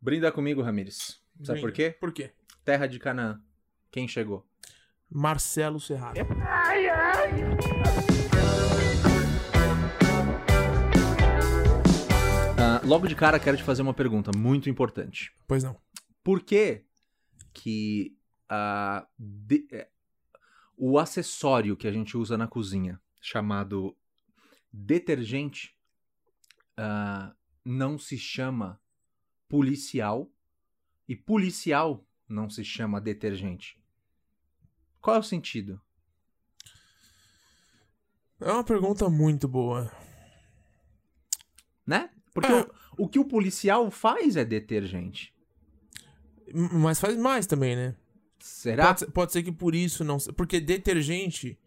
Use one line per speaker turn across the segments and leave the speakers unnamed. Brinda comigo, Ramires. Sabe
Brinda.
por quê?
Por quê?
Terra de Canaã. Quem chegou?
Marcelo Serrano.
Ah, logo de cara, quero te fazer uma pergunta muito importante.
Pois não.
Por que que ah, de- eh, o acessório que a gente usa na cozinha, chamado detergente, ah, não se chama policial e policial não se chama detergente? Qual é o sentido?
É uma pergunta muito boa.
Né? Porque
É.
o, o que o policial faz é detergente.
M- Mas faz mais também, né?
Será?
Pode ser, pode ser que por isso não. se- Porque detergente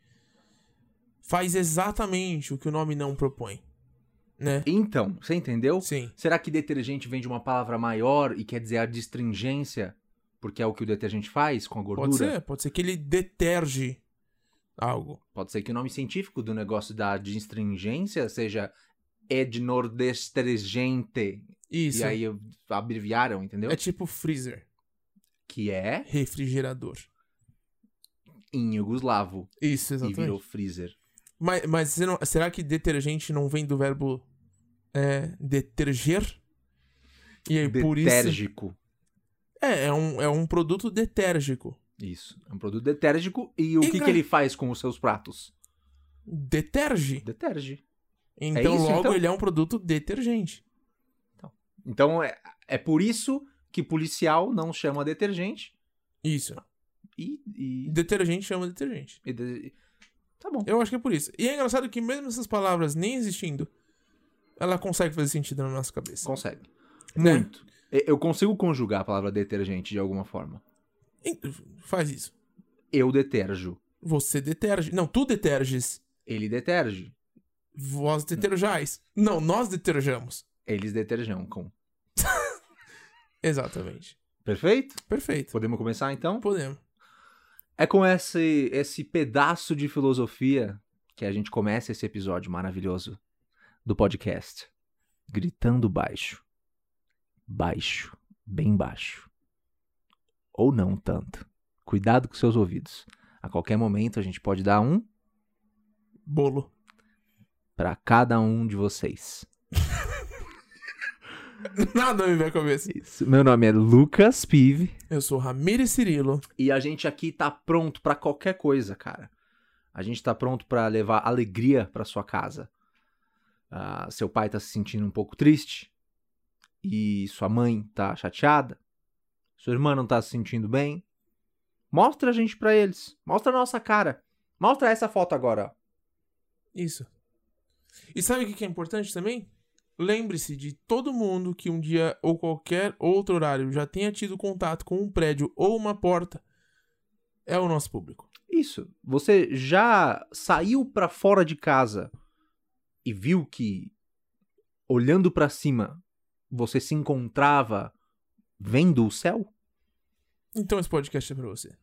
faz exatamente o que o nome não propõe. Né?
Então, você entendeu?
Sim.
Será que detergente vem de uma palavra maior e quer dizer a distringência? Porque é o que o detergente faz com a gordura?
Pode ser, pode ser que ele deterge algo.
Pode ser que o nome científico do negócio da distringência seja ednordestregente.
Isso.
E aí abreviaram, entendeu?
é tipo freezer,
Que é
refrigerador.
em iugoslavo
Isso,
e
exatamente.
virou freezer.
Mas, mas você não- será que detergente não vem do verbo é, deterger? E aí, por isso.
Detérgico.
É, é um, é um produto detérgico.
Isso. É um produto detérgico. E o que,
Engra-
que ele faz com os seus pratos?
Deterge.
Deterge.
Então,
isso,
logo,
então?
ele é um produto detergente.
Então é, é por isso que policial não chama detergente
Isso.
e- e
Detergente chama detergente.
E de- Tá bom.
Eu acho que é por isso. E é engraçado que, mesmo essas palavras nem existindo, ela consegue fazer sentido na nossa cabeça.
Consegue.
Né?
Muito. E- Eu consigo conjugar a palavra detergente de alguma forma.
E- Faz isso.
Eu deterjo.
Você deterge. Não, tu deterges.
Ele deterge.
Vós deterjais. Não, nós deterjamos.
Eles deterjam. com.
Exatamente.
Perfeito?
Perfeito.
Podemos começar então?
Podemos.
É com esse, esse pedaço de filosofia que a gente começa esse episódio maravilhoso do podcast. Gritando baixo. Baixo. Bem baixo. Ou não tanto. Cuidado com seus ouvidos. A qualquer momento a gente pode dar um
Bolo.
Pra cada um de vocês.
Nada me vem à cabeça.
Meu nome é Lucas Pive
Eu sou Ramírez Cirilo.
e a gente aqui tá pronto pra qualquer coisa, cara. A gente tá pronto pra levar alegria pra sua casa. Ah, seu pai tá se sentindo um pouco triste e sua mãe tá chateada. Sua irmã não tá se sentindo bem. Mostra a gente pra eles. Mostra a nossa cara. Mostra essa foto agora. ó.
Isso. E sabe o que que é importante também? Lembre-se de todo mundo que um dia ou qualquer outro horário já tenha tido contato com um prédio ou uma porta é o nosso público.
Isso. Você já saiu pra fora de casa e viu que olhando pra cima você se encontrava vendo o céu?
Então esse podcast é pra você.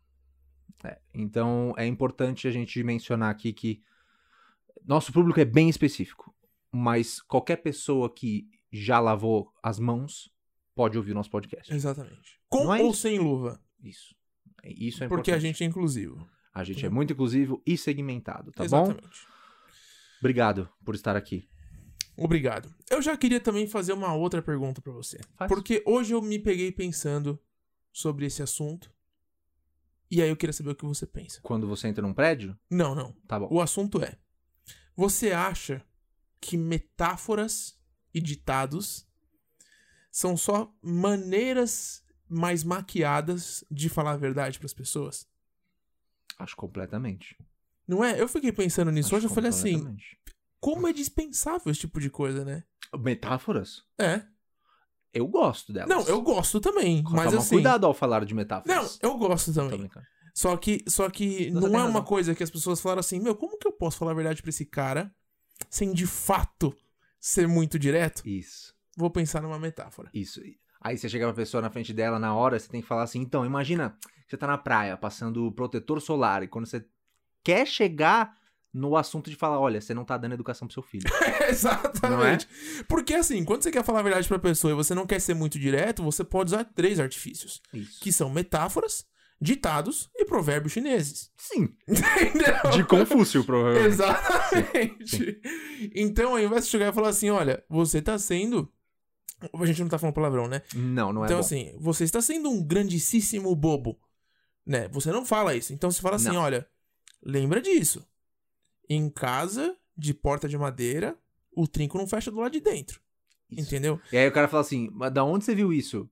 É. Então é importante a gente mencionar aqui que nosso público é bem específico, mas qualquer pessoa que já lavou as mãos pode ouvir o nosso podcast.
Exatamente. Com
Não é
ou
isso?
sem luva,
Isso. Isso é importante.
porque a gente é inclusivo.
A gente é muito inclusivo e segmentado, tá bom?
Exatamente.
Obrigado por estar aqui.
Obrigado. Eu já queria também fazer uma outra pergunta pra você.
Faz.
Porque hoje eu me peguei pensando sobre esse assunto. E aí eu queria saber o que você pensa.
Quando você entra num prédio,
Não, não.
tá bom.
O assunto é: você acha que metáforas e ditados são só maneiras mais maquiadas de falar a verdade pras pessoas?
Acho completamente.
Não é? Eu fiquei pensando nisso
Acho
hoje, eu falei assim,
completamente.
como é dispensável esse tipo de coisa, né?
Metáforas?
É.
Eu gosto delas.
Não, eu gosto também,
Toma
mas assim,
cuidado ao falar de
não,
metáforas.
eu gosto
Tô
também.
brincando.
Só que, só que
Você
não
tem
é uma
razão.
coisa que as pessoas falaram assim, meu, como que eu posso falar a verdade pra esse cara sem de fato ser muito direto?
Isso,
Vou pensar numa metáfora.
isso. Aí você chega pra pessoa na frente dela na hora, você tem que falar assim, então, imagina, que você tá na praia passando protetor solar e quando você quer chegar no assunto de falar, olha, você não tá dando educação pro seu filho.
Exatamente.
é?
Porque assim, quando você quer falar a verdade pra pessoa e você não quer ser muito direto, você pode usar três artifícios,
Isso.
que são metáforas, ditados e provérbios chineses.
Sim.
Entendeu?
De Confúcio, provavelmente.
Exatamente. Então, ao invés de chegar e falar assim, olha, você tá sendo... A gente não tá falando palavrão, né?
Não, não é
então,
bom.
assim, você está sendo um grandissíssimo bobo, né? Você não fala isso. Então, você fala assim,
Não.
olha, lembra disso. Em casa, de porta de madeira, o trinco não fecha do lado de dentro,
Isso.
entendeu?
E aí o cara fala assim, mas da onde você viu isso?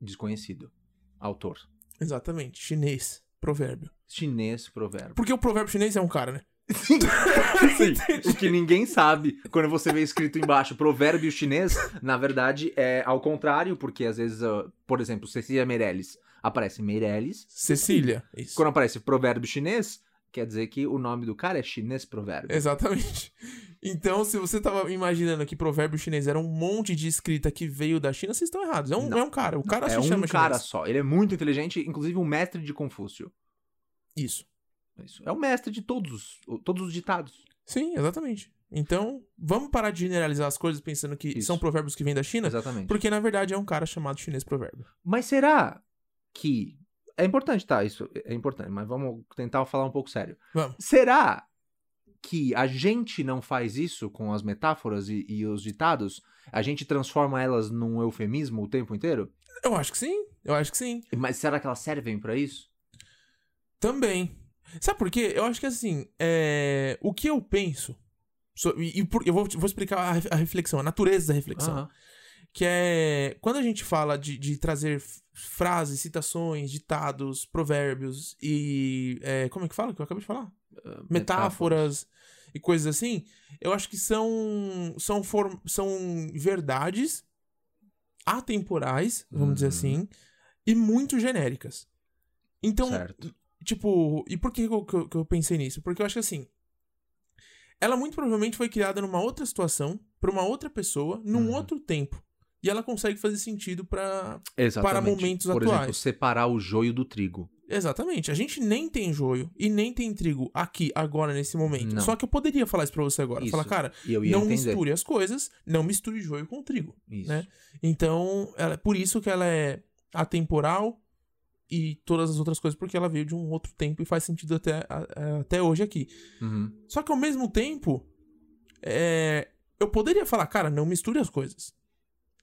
Desconhecido. Autor.
Exatamente, chinês, provérbio.
Chinês, provérbio.
Porque o provérbio chinês é um cara, né?
Sim. O que ninguém sabe quando você vê escrito embaixo provérbio chinês, na verdade é ao contrário, porque às vezes, ó, por exemplo, Cecília Meirelles aparece Meirelles.
Cecília, isso.
Quando aparece provérbio chinês, quer dizer que o nome do cara é chinês provérbio.
Exatamente. Então, se você tava imaginando que provérbio chinês era um monte de escrita que veio da China, vocês estão errados. É um,
Não.
é um cara, o cara
É
se
um
chama
cara
chinês.
só. Ele é muito inteligente, inclusive um mestre de Confúcio.
Isso.
É Isso. É o mestre de todos, os- todos os ditados.
Sim, exatamente. Então, vamos parar de generalizar as coisas pensando que
Isso.
são provérbios que vêm da China,
Exatamente.
porque na verdade é um cara chamado chinês provérbio.
Mas será que. É importante, tá? Isso é importante, mas vamos tentar falar um pouco sério.
Vamos.
Será que a gente não faz isso com as metáforas e, e os ditados? A gente transforma elas num eufemismo o tempo inteiro?
Eu acho que sim, eu acho que sim.
Mas será que elas servem pra isso?
Também. Sabe por quê? Eu acho que assim, é... o que eu penso. so- E, e por- eu vou, te- vou explicar a, ref- a reflexão, a natureza da reflexão.
Aham.
Que é. Quando a gente fala de, de trazer f- frases, citações, ditados, provérbios e. é, como é que fala que eu acabei de falar?
Ah,
metáforas e coisas assim, eu acho que são são form- são verdades atemporais, vamos dizer
Uhum.
assim, e muito genéricas. Então,
Certo.
tipo, e por que eu, que eu- que eu pensei nisso? Porque eu acho que assim, ela muito provavelmente foi criada numa outra situação, pra uma outra pessoa, num
Uhum.
outro tempo. E ela consegue fazer sentido pra.
Exatamente.
momentos
Por exemplo,
atuais.
separar o joio do trigo.
Exatamente. A gente nem tem joio e nem tem trigo aqui, agora, nesse momento.
Não.
Só que eu poderia falar isso pra você agora.
Isso.
Falar, cara,
E eu ia
não
entender.
misture as coisas, não misture joio com trigo.
Isso.
né? Então, ela, por isso que ela é atemporal e todas as outras coisas, porque ela veio de um outro tempo e faz sentido até, a- a- até hoje aqui.
Uhum.
Só que ao mesmo tempo, é, eu poderia falar, cara, não misture as coisas.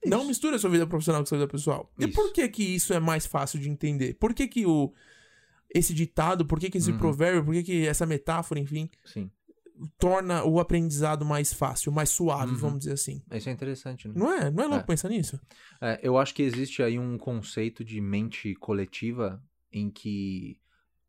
Não
Isso.
misture a sua vida profissional com a sua vida pessoal. E
Isso.
por que que isso é mais fácil de entender? Por que que o, esse ditado, por que que esse
Uhum.
provérbio, por que que essa metáfora, enfim,
Sim.
torna o aprendizado mais fácil, mais suave,
Uhum.
vamos dizer assim.
Isso é interessante, né?
Não é? Não é louco
É.
pensar nisso?
É, eu acho que existe aí um conceito de mente coletiva em que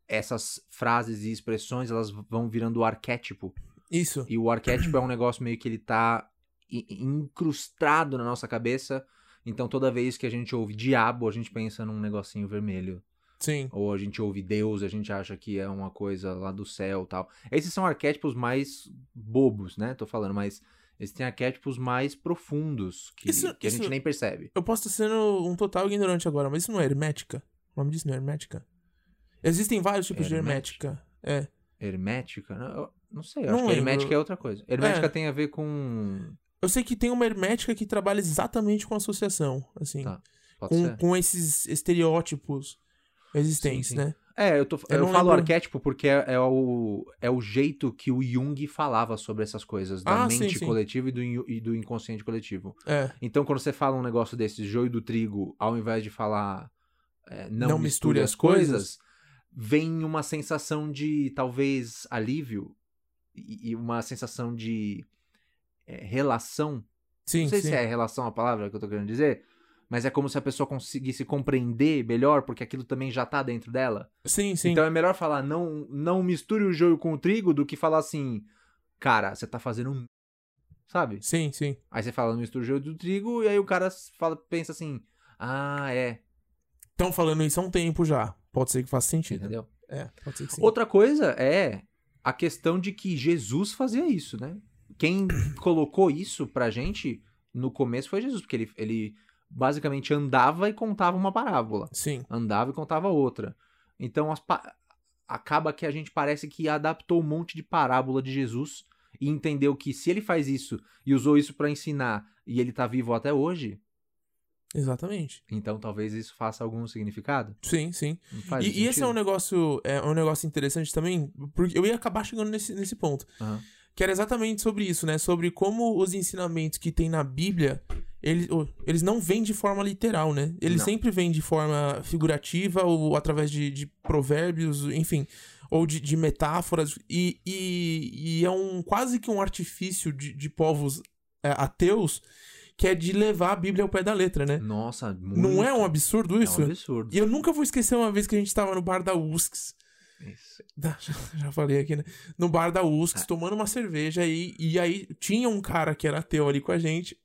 essas frases e expressões elas vão virando arquétipo.
Isso.
E o arquétipo é um negócio meio que ele tá i- incrustado na nossa cabeça. Então toda vez que a gente ouve diabo, a gente pensa num negocinho vermelho.
Sim.
Ou a gente ouve Deus, a gente acha que é uma coisa lá do céu tal. Esses são arquétipos mais bobos, né? Tô falando, mas eles têm arquétipos mais profundos que,
Isso-
que a gente
isso-
nem percebe.
Eu posso estar sendo um total ignorante agora, mas isso não é hermética? O nome disso não é hermética? Existem vários tipos
Hermética.
de hermética. É.
Hermética? Não, eu não sei, eu
Não
acho que
lembro.
hermética é outra coisa. Hermética
É.
tem a ver com.
Eu sei que tem uma hermética que trabalha exatamente com associação, assim.
Tá, Pode
com,
ser?
com esses estereótipos existentes,
Sim, sim.
né?
É, eu, tô,
Eu
eu,
não
falo
lembro.
arquétipo porque é, é o, é o jeito que o Jung falava sobre essas coisas, da
Ah, sim,
mente
sim.
coletiva e do, in- e do inconsciente coletivo.
É.
Então, quando você fala um negócio desse, joio do trigo, ao invés de falar é, não,
Não
misture
misture
as
as
coisas, vem uma sensação de talvez alívio e, e uma sensação de é, relação
Sim,
não sei
sim.
se é relação à palavra que eu tô querendo dizer, mas é como se a pessoa conseguisse compreender melhor, porque aquilo também já tá dentro dela.
Sim, sim.
Então é melhor falar não, não misture o joio com o trigo do que falar assim, cara, você tá fazendo um. Sabe?
Sim, sim.
Aí você fala, não misture o joio do trigo, e aí o cara fala, pensa assim, ah, é.
Estão falando isso há um tempo já. Pode ser que faça sentido.
Entendeu?
É, pode ser que sim.
Outra coisa é a questão de que Jesus fazia isso, né? Quem colocou isso pra gente no começo foi Jesus, porque ele, ele basicamente andava e contava uma parábola.
Sim.
andava e contava outra. Então as pa- acaba que a gente parece que adaptou um monte de parábola de Jesus e entendeu que se ele faz isso e usou isso para ensinar e ele tá vivo até hoje,
Exatamente.
então talvez isso faça algum significado.
Sim, sim.
Não faz
E, e esse é um
sentido?
negócio, é um negócio interessante também, porque eu ia acabar chegando nesse, nesse ponto.
Aham.
Que era exatamente sobre isso, né? Sobre como os ensinamentos que tem na Bíblia, eles, oh, eles não vêm de forma literal, né? Eles
Não.
sempre vêm de forma figurativa ou através de, de provérbios, enfim, ou de, de metáforas. E, e, e é um quase que um artifício de, de povos é, ateus que é de levar a Bíblia ao pé da letra, né?
Nossa, muito.
Não é um absurdo isso?
É um absurdo.
E eu nunca vou esquecer uma vez que a gente tava no bar da USCS.
Isso.
Da- já, já falei aqui, né? No bar da
Ah.
USCS, tomando uma cerveja. E, e aí tinha um cara que era teu ali com a gente.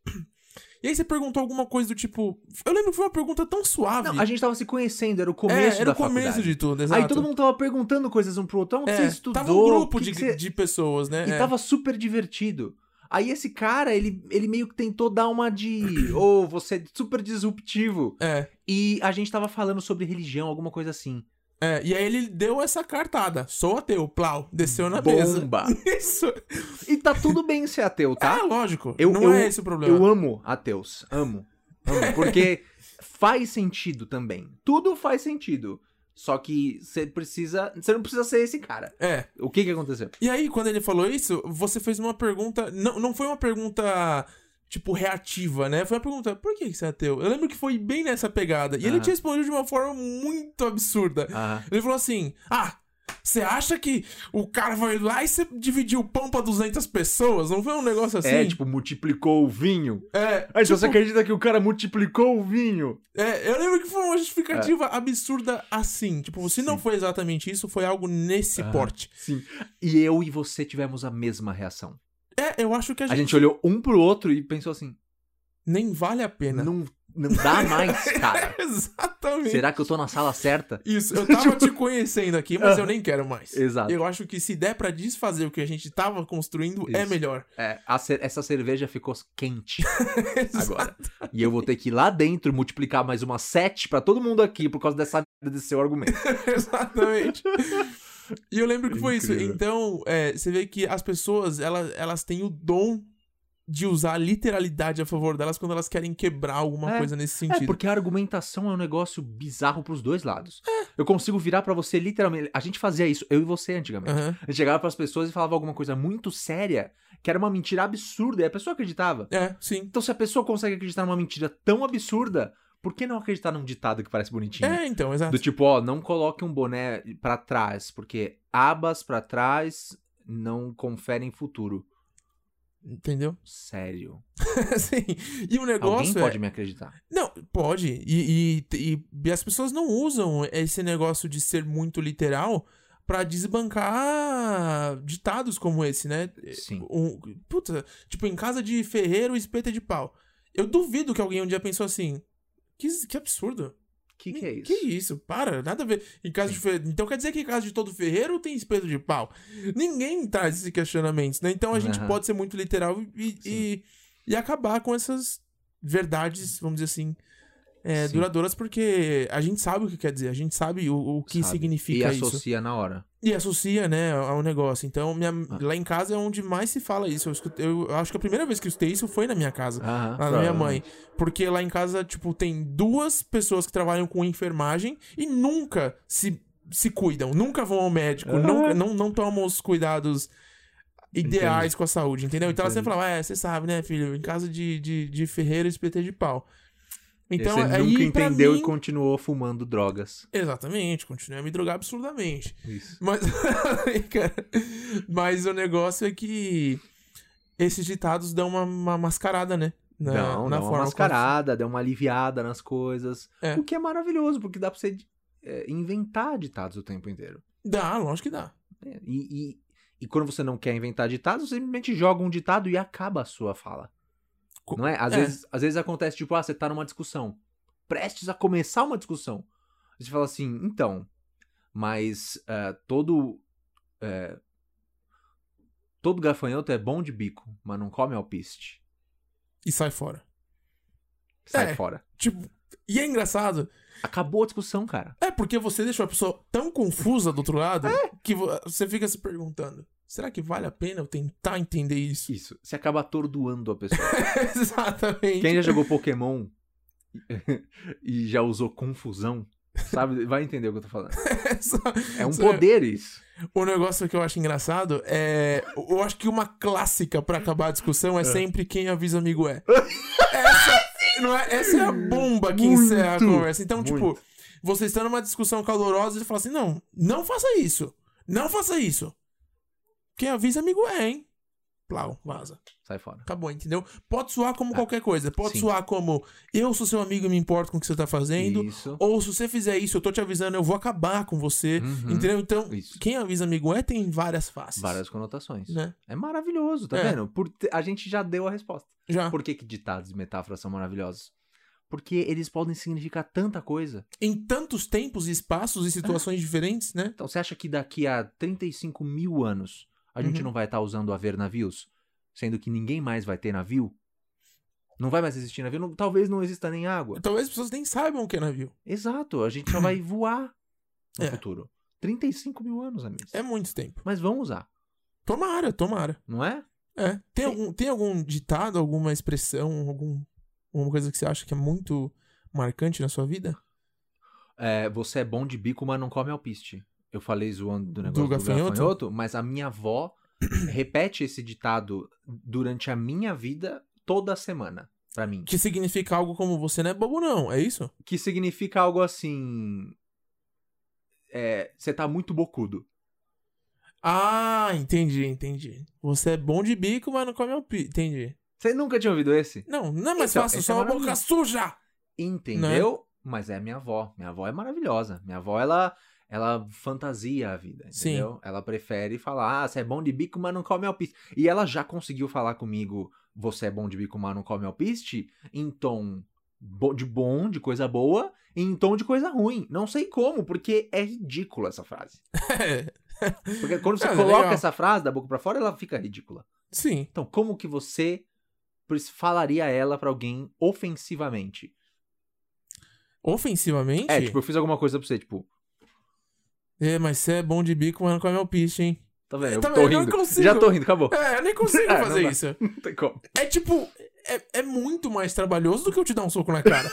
E aí você perguntou alguma coisa do tipo. Eu lembro que foi uma pergunta tão suave.
Não, a gente tava se conhecendo, era o começo
é, era
da
o começo
faculdade.
de tudo, exato.
Aí todo mundo tava perguntando coisas um pro outro. Onde
é,
você estudou?
Tava um
O
grupo
que
de,
que você-
de pessoas, né?
E
É.
tava super divertido. Aí esse cara, ele, ele meio que tentou dar uma de. Ô, você é super disruptivo.
É,
E a gente tava falando sobre religião, alguma coisa assim.
é. E aí ele deu essa cartada. Sou ateu, plau. Desceu na mesa.
Bomba!
é Isso.
E tá tudo bem ser ateu, tá?
É, lógico.
Eu-
não
eu-
é esse o problema.
Eu amo ateus. Amo. Amo. Porque faz sentido também. Tudo faz sentido. Só que você precisa. Você não precisa ser esse cara.
É.
O que que aconteceu?
E aí, quando ele falou isso, você fez uma pergunta. Não, não foi uma pergunta, tipo, reativa, né? Foi uma pergunta, por que que você é ateu? Eu lembro que foi bem nessa pegada. E ele
Aham.
te respondeu de uma forma muito absurda.
Ah,
Ele falou assim: Ah, você acha que o cara vai lá e você dividiu o pão pra 200 pessoas? Não foi um negócio assim?
é, tipo, multiplicou o vinho.
É,
Aí
tipo,
você acredita que o cara multiplicou o vinho?
é, eu lembro que foi uma justificativa
É.
absurda assim. Tipo, se não foi exatamente isso, foi algo nesse
Aham.
porte.
Sim. E eu e você tivemos a mesma reação.
É, eu acho que a
A
gente,
gente olhou um pro outro e pensou assim:
nem vale a pena.
não, não dá mais, cara.
Exatamente.
Será que eu tô na sala certa?
Isso, eu tava te conhecendo aqui, mas eu nem quero mais.
Exato.
Eu acho que se der pra desfazer o que a gente tava construindo, é
Isso.
melhor.
É, a ce- essa cerveja ficou quente agora. E eu vou ter que ir lá dentro multiplicar mais uma sete pra todo mundo aqui por causa dessa merda desse seu argumento.
Exatamente. E eu lembro que
É
foi isso.
incrível.
Então, é, você vê que as pessoas, elas, elas têm o dom de usar a literalidade a favor delas quando elas querem quebrar alguma
É.
coisa nesse
É,
sentido.
porque a argumentação é um negócio bizarro pros dois lados. Eu consigo virar pra você literalmente. A gente fazia isso, eu e você antigamente.
Aham.
Eu chegava pras pessoas e falava alguma coisa muito séria, que era uma mentira absurda, e a pessoa acreditava.
É, sim.
Então, se a pessoa consegue acreditar numa mentira tão absurda, por que não acreditar num ditado que parece bonitinho?
É, então, exato.
Do tipo, ó, não coloque um boné pra trás, porque abas pra trás não conferem futuro.
Entendeu?
Sério.
sim. E o negócio
Alguém
é...
pode me acreditar.
Não, pode. E, e- e as pessoas não usam esse negócio de ser muito literal pra desbancar ditados como esse, né?
Sim.
Um, puta, tipo, em casa de ferreiro, espeta de pau. Eu duvido que alguém um dia pensou assim. Que, que absurdo.
O que, que é isso?
Hum, Que isso? Para, nada a ver. Em casa de ferreiro. Então quer dizer que em casa de todo ferreiro tem espeto de pau. Ninguém traz esses questionamentos, né? Então a gente
Aham.
pode ser muito literal e, e, e acabar com essas verdades, vamos dizer assim, é,
Sim.
duradouras, porque a gente sabe o que quer dizer, a gente sabe o, o que
Sabe?
significa
E
isso.
associa na hora.
E associa, né, ao negócio. Então, minha-
Ah.
lá em casa é onde mais se fala isso. Eu, escutei- eu acho que a primeira vez que eu escutei isso foi na minha casa.
Aham,
Ah, da minha mãe. Porque lá em casa, tipo, tem duas pessoas que trabalham com enfermagem e nunca se, se cuidam, nunca vão ao médico,
Ah.
nunca, não, não tomam os cuidados ideais com a saúde, entendeu? Então ela
Entendi.
sempre falava, é, você sabe, né, filho, em casa de, de, de ferreiro, espetei de pau. Então,
você
aí,
nunca
pra
entendeu
mim-
e continuou fumando drogas.
Exatamente, continuei a me drogar absurdamente.
Isso.
Mas, cara, mas o negócio é que esses ditados dão uma, uma mascarada, né? Na,
não,
na
dá uma
forma
mascarada, deu uma aliviada nas coisas.
É.
O que é maravilhoso, porque dá pra você é, inventar ditados o tempo inteiro.
como- Dá, lógico que dá.
né? E, e- e quando você não quer inventar ditados, você simplesmente joga um ditado e acaba a sua fala.
Co-
Não é? Às,
é.
Vezes, às vezes acontece, tipo, ah, você tá numa discussão. Prestes a começar uma discussão. Você fala assim, então, mas eh, todo. eh, todo gafanhoto é bom de bico, mas não come alpiste.
E sai fora.
Sai
É.
fora.
Tipo, e é engraçado
Acabou a discussão, cara.
É porque você deixou a pessoa tão confusa do outro lado que vo- você fica se perguntando: será que vale a pena eu tentar entender isso?
Isso. Você acaba atordoando a pessoa.
Exatamente.
Quem já jogou Pokémon e já usou confusão, sabe? Vai entender o que eu tô falando. É um
Você-
poder isso.
O Um negócio que eu acho engraçado é. Eu acho que uma clássica pra acabar a discussão é, sempre quem avisa amigo é. Essa, não é, essa é a bomba que
Muito,
encerra a conversa. Então, tipo,
muito.
você está numa discussão calorosa e fala assim: não, não faça isso. Não faça isso. Quem avisa amigo é, hein? Plau, vaza.
Sai fora.
Acabou, entendeu? Pode soar como
Ah,
qualquer coisa. Pode
sim.
soar como eu sou seu amigo e me importo com o que você tá fazendo.
Isso.
Ou se você fizer isso, eu tô te avisando, eu vou acabar com você.
Uhum.
Entendeu? Então,
Isso.
quem avisa amigo é tem várias faces.
Várias conotações.
Né?
É maravilhoso, tá
É. Ah.
vendo? Por te- A gente já deu a resposta.
Já.
Por que, que ditados e metáforas são maravilhosos? Porque eles podem significar tanta coisa.
Em tantos tempos e espaços e situações diferentes, né?
Então, você acha que daqui a 35 mil anos a gente
Uhum.
não vai estar usando haver navios? Sendo que ninguém mais vai ter navio? Não vai mais existir navio? Não- talvez não exista nem água.
Talvez as pessoas nem saibam o que é navio.
Exato, a gente só vai voar no
É.
futuro. 35 mil anos, amigos.
É muito tempo.
Mas vamos usar,
Tomara, tomara.
não é?
É. Tem algum, tem algum ditado, alguma expressão, algum, alguma coisa que você acha que é muito marcante na sua vida?
É, você é bom de bico, mas não come alpiste. Eu falei zoando do
Do
negócio do gafanhoto?
gafanhoto?
mas a minha avó repete esse ditado durante a minha vida toda semana, pra mim.
Que significa algo como você não é bobo, não. É isso?
Que significa algo assim. é, Você tá muito bocudo.
Ah, entendi, entendi. Você é bom de bico, mas não come alpi. Entendi.
Você nunca tinha ouvido esse?
Não, não é mais
Então,
fácil,
esse
só
é
uma boca
maravilhoso.
suja!
Entendeu? Mas é minha avó. Minha avó é maravilhosa. Minha avó, ela, ela fantasia a vida,
Sim.
entendeu? Ela prefere falar, ah, você é bom de bico, mas não come alpiste. E ela já conseguiu falar comigo, você é bom de bico, mas não come alpiste, em tom bo- de bom, de coisa boa, e em tom de coisa ruim. Não sei como, porque é ridícula essa frase.
É.
Porque quando você
Não, é
coloca
legal.
essa frase da boca pra fora, ela fica ridícula.
Sim.
Então, como que você pres- falaria ela pra alguém ofensivamente?
Ofensivamente?
É, tipo, eu fiz alguma coisa pra você, tipo,
É, mas você é bom de bico, mas não come alpiste, hein?
Tá vendo? Eu
Tá
tô
vendo? Eu
rindo.
não consigo.
Já tô rindo, acabou.
É, eu nem consigo
Ah, não
fazer
dá.
isso.
Não tem como.
É tipo, é, é muito mais trabalhoso do que eu te dar um soco na cara.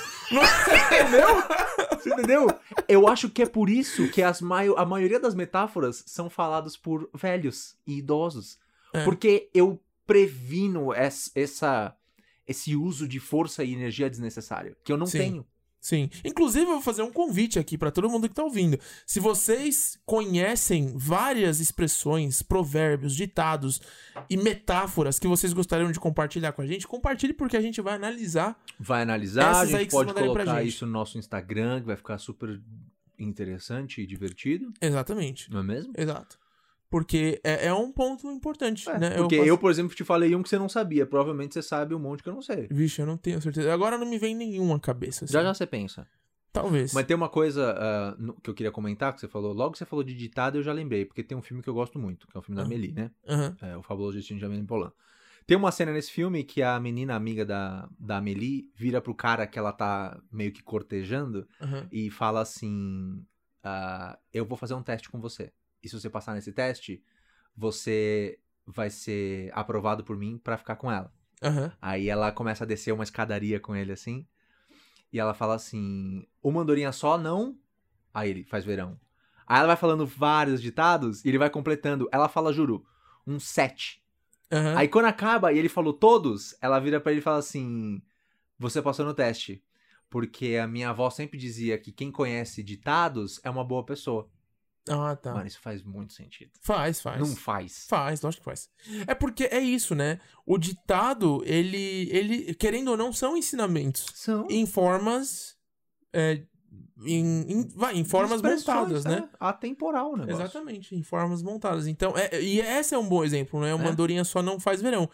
Entendeu?
Você entendeu? Eu acho que é por isso que as maio- a maioria das metáforas são faladas por velhos e idosos.
É.
Porque eu previno es- essa, esse uso de força e energia desnecessário, que eu não
Sim.
tenho.
Sim. Inclusive, eu vou fazer um convite aqui pra todo mundo que tá ouvindo. Se vocês conhecem várias expressões, provérbios, ditados e metáforas que vocês gostariam de compartilhar com a gente, compartilhe porque a gente vai analisar.
Vai analisar,
Essas
a
aí
gente
que vocês
pode
mandarem pra
colocar
gente.
isso no nosso Instagram, que vai ficar super interessante e divertido,
Exatamente.
não é mesmo?
Exato. Porque é, é um ponto importante,
É,
né?
porque eu,
faço-
por exemplo, te falei um que você não sabia. Provavelmente você sabe um monte que eu não sei.
Vixe, eu não tenho certeza. Agora não me vem nenhuma cabeça. assim.
Já já você pensa.
Talvez.
Mas tem uma coisa ah, no- que eu queria comentar, que você falou. Logo que você falou de ditado, eu já lembrei, porque tem um filme que eu gosto muito, que é um filme da
Ah.
Amélie, né?
Aham.
É, o Fabuloso Destino de Amélie Polan. Tem uma cena nesse filme que a menina amiga da, da Amélie vira pro cara que ela tá meio que cortejando
aham.
e fala assim: ah, Eu vou fazer um teste com você. E se você passar nesse teste, você vai ser aprovado por mim pra ficar com ela.
Aham.
Aí ela começa a descer uma escadaria com ele assim. E ela fala assim: Uma andorinha só, não. Aí ele faz verão. Aí ela vai falando vários ditados e ele vai completando. Ela fala, juro, um sete.
Aham.
Aí quando acaba e ele falou todos, ela vira pra ele e fala assim: Você passou no teste. Porque a minha avó sempre dizia que quem conhece ditados é uma boa pessoa.
Ah, tá.
Mano, isso faz muito sentido.
Faz, faz.
Não faz.
Faz, lógico que faz. É porque é isso, né? O ditado, ele, ele querendo ou não, são ensinamentos.
São
Em formas. É, em, em- vai, em formas montadas,
expressões,
né?
é, Atemporal, né?
Exatamente, em formas montadas. Então, é- e esse é um bom exemplo, né? Uma
É.
andorinha só não faz verão.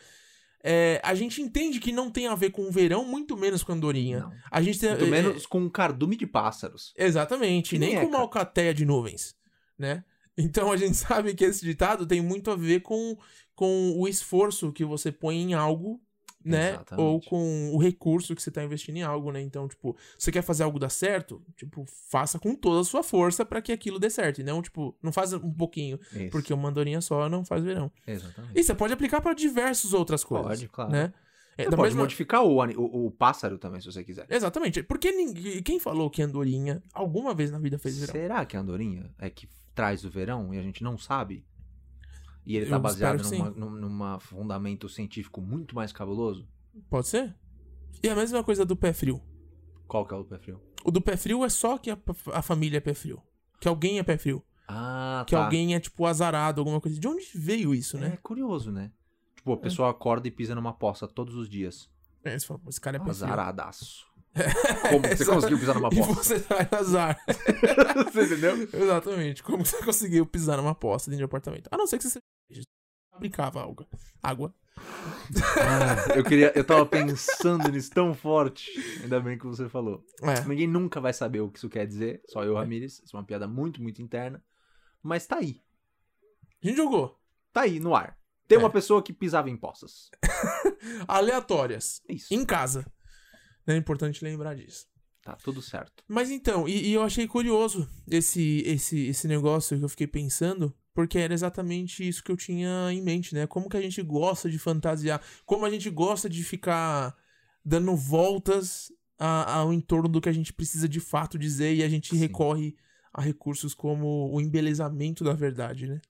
É, a gente entende que não tem a ver com verão, muito menos com andorinha.
Não.
A gente tem.
Muito
é,
menos com um cardume de pássaros.
Exatamente,
Que
nem
nem é,
com uma
cara.
alcateia de nuvens, né? Então a gente sabe que esse ditado tem muito a ver com, com o esforço que você põe em algo né?
Exatamente.
Ou com o recurso que você tá investindo em algo, né? Então, tipo, você quer fazer algo dar certo? Tipo, faça com toda a sua força pra que aquilo dê certo. E não, tipo, não faz um pouquinho,
Isso.
porque uma andorinha só não faz verão.
Exatamente.
E você pode aplicar pra diversas outras coisas.
Pode, claro.
Né? É,
Você
da
pode
mesma-
modificar o, ani- o, o pássaro também, se você quiser.
Exatamente. Porque ninguém... quem falou que andorinha alguma vez na vida fez verão?
Será que a andorinha é que traz o verão e a gente não sabe? E ele
Eu
tá baseado
espero que
numa, num numa fundamento científico muito mais cabuloso?
Pode ser? E é a mesma coisa do pé frio.
Qual que é o do pé frio?
O do pé frio é só que a, a família é pé frio. Que alguém é pé frio.
Ah,
Que
tá.
alguém é, tipo, azarado, alguma coisa. De onde veio isso,
É
né?
curioso, né? Tipo, a pessoa acorda e pisa numa poça todos os dias.
É, você fala, "Pô, esse cara é pé frio.
Azaradaço. Como que você
exato.
conseguiu pisar numa
E
poça?
você vai azar.
você entendeu?
Exatamente. Como você conseguiu pisar numa poça dentro de um apartamento? A não ser que você fabricava água. Água.
Ah, eu queria. Eu tava pensando nisso tão forte. Ainda bem que você falou.
É.
Ninguém nunca vai saber o que isso quer dizer, só eu, Ramires. Isso é uma piada muito, muito interna. Mas tá aí.
A gente jogou.
Tá aí no ar. Tem uma
É.
pessoa que pisava em poças.
Aleatórias.
É Isso.
Em casa. É importante lembrar disso.
Tá tudo certo.
Mas então, e, e eu achei curioso esse, esse, esse negócio que eu fiquei pensando, porque era exatamente isso que eu tinha em mente, né? Como que a gente gosta de fantasiar, como a gente gosta de ficar dando voltas a- ao entorno do que a gente precisa de fato dizer e a gente
Sim.
recorre a recursos como o embelezamento da verdade, né?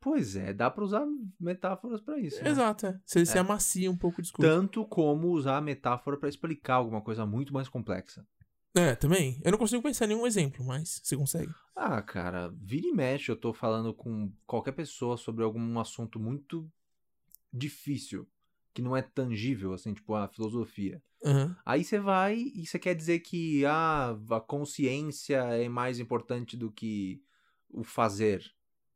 Pois é, dá pra usar metáforas pra isso. né?
Exato, é. Você se amacia um pouco o discurso.
Tanto como usar a metáfora pra explicar alguma coisa muito mais complexa.
É, também. Eu não consigo pensar em nenhum exemplo, mas você consegue.
Ah, cara, vira e mexe, eu tô falando com qualquer pessoa sobre algum assunto muito difícil, que não é tangível, assim, tipo a filosofia.
Aham.
Aí você vai e você quer dizer que ah, a consciência é mais importante do que o fazer.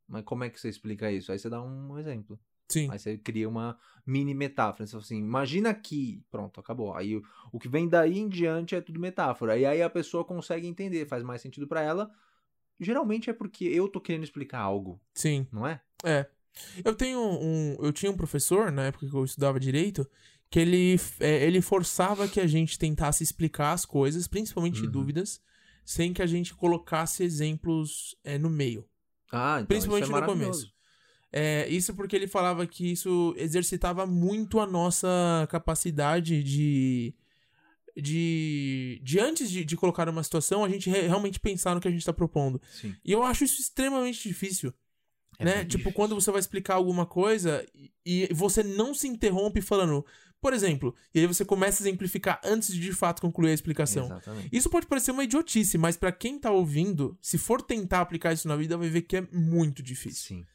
Mas como é que você explica isso? Aí você dá um exemplo.
Sim.
Aí você cria uma mini metáfora. Você fala assim, imagina que. Pronto, acabou. Aí o, o que vem daí em diante é tudo metáfora. E aí a pessoa consegue entender, faz mais sentido pra ela. Geralmente é porque eu tô querendo explicar algo,
Sim.
não é?
É. Eu tenho um. Eu tinha um professor, na época que eu estudava direito, que ele, é, ele forçava que a gente tentasse explicar as coisas, principalmente
Uhum.
dúvidas, sem que a gente colocasse exemplos é, no meio.
Ah, então
Principalmente
isso é
no começo.
maravilhoso.
É, isso porque ele falava que isso exercitava muito a nossa capacidade de. De, de antes de, de colocar uma situação, a gente re- realmente pensar no que a gente está propondo.
Sim.
E eu acho isso extremamente difícil
É
né?
muito
Tipo,
difícil.
quando você vai explicar alguma coisa e- e você não se interrompe falando, por exemplo, e aí você começa a exemplificar antes de de fato concluir a explicação.
Exatamente.
Isso pode parecer uma idiotice, mas pra quem tá ouvindo, se for tentar aplicar isso na vida, vai ver que é muito difícil,
Sim.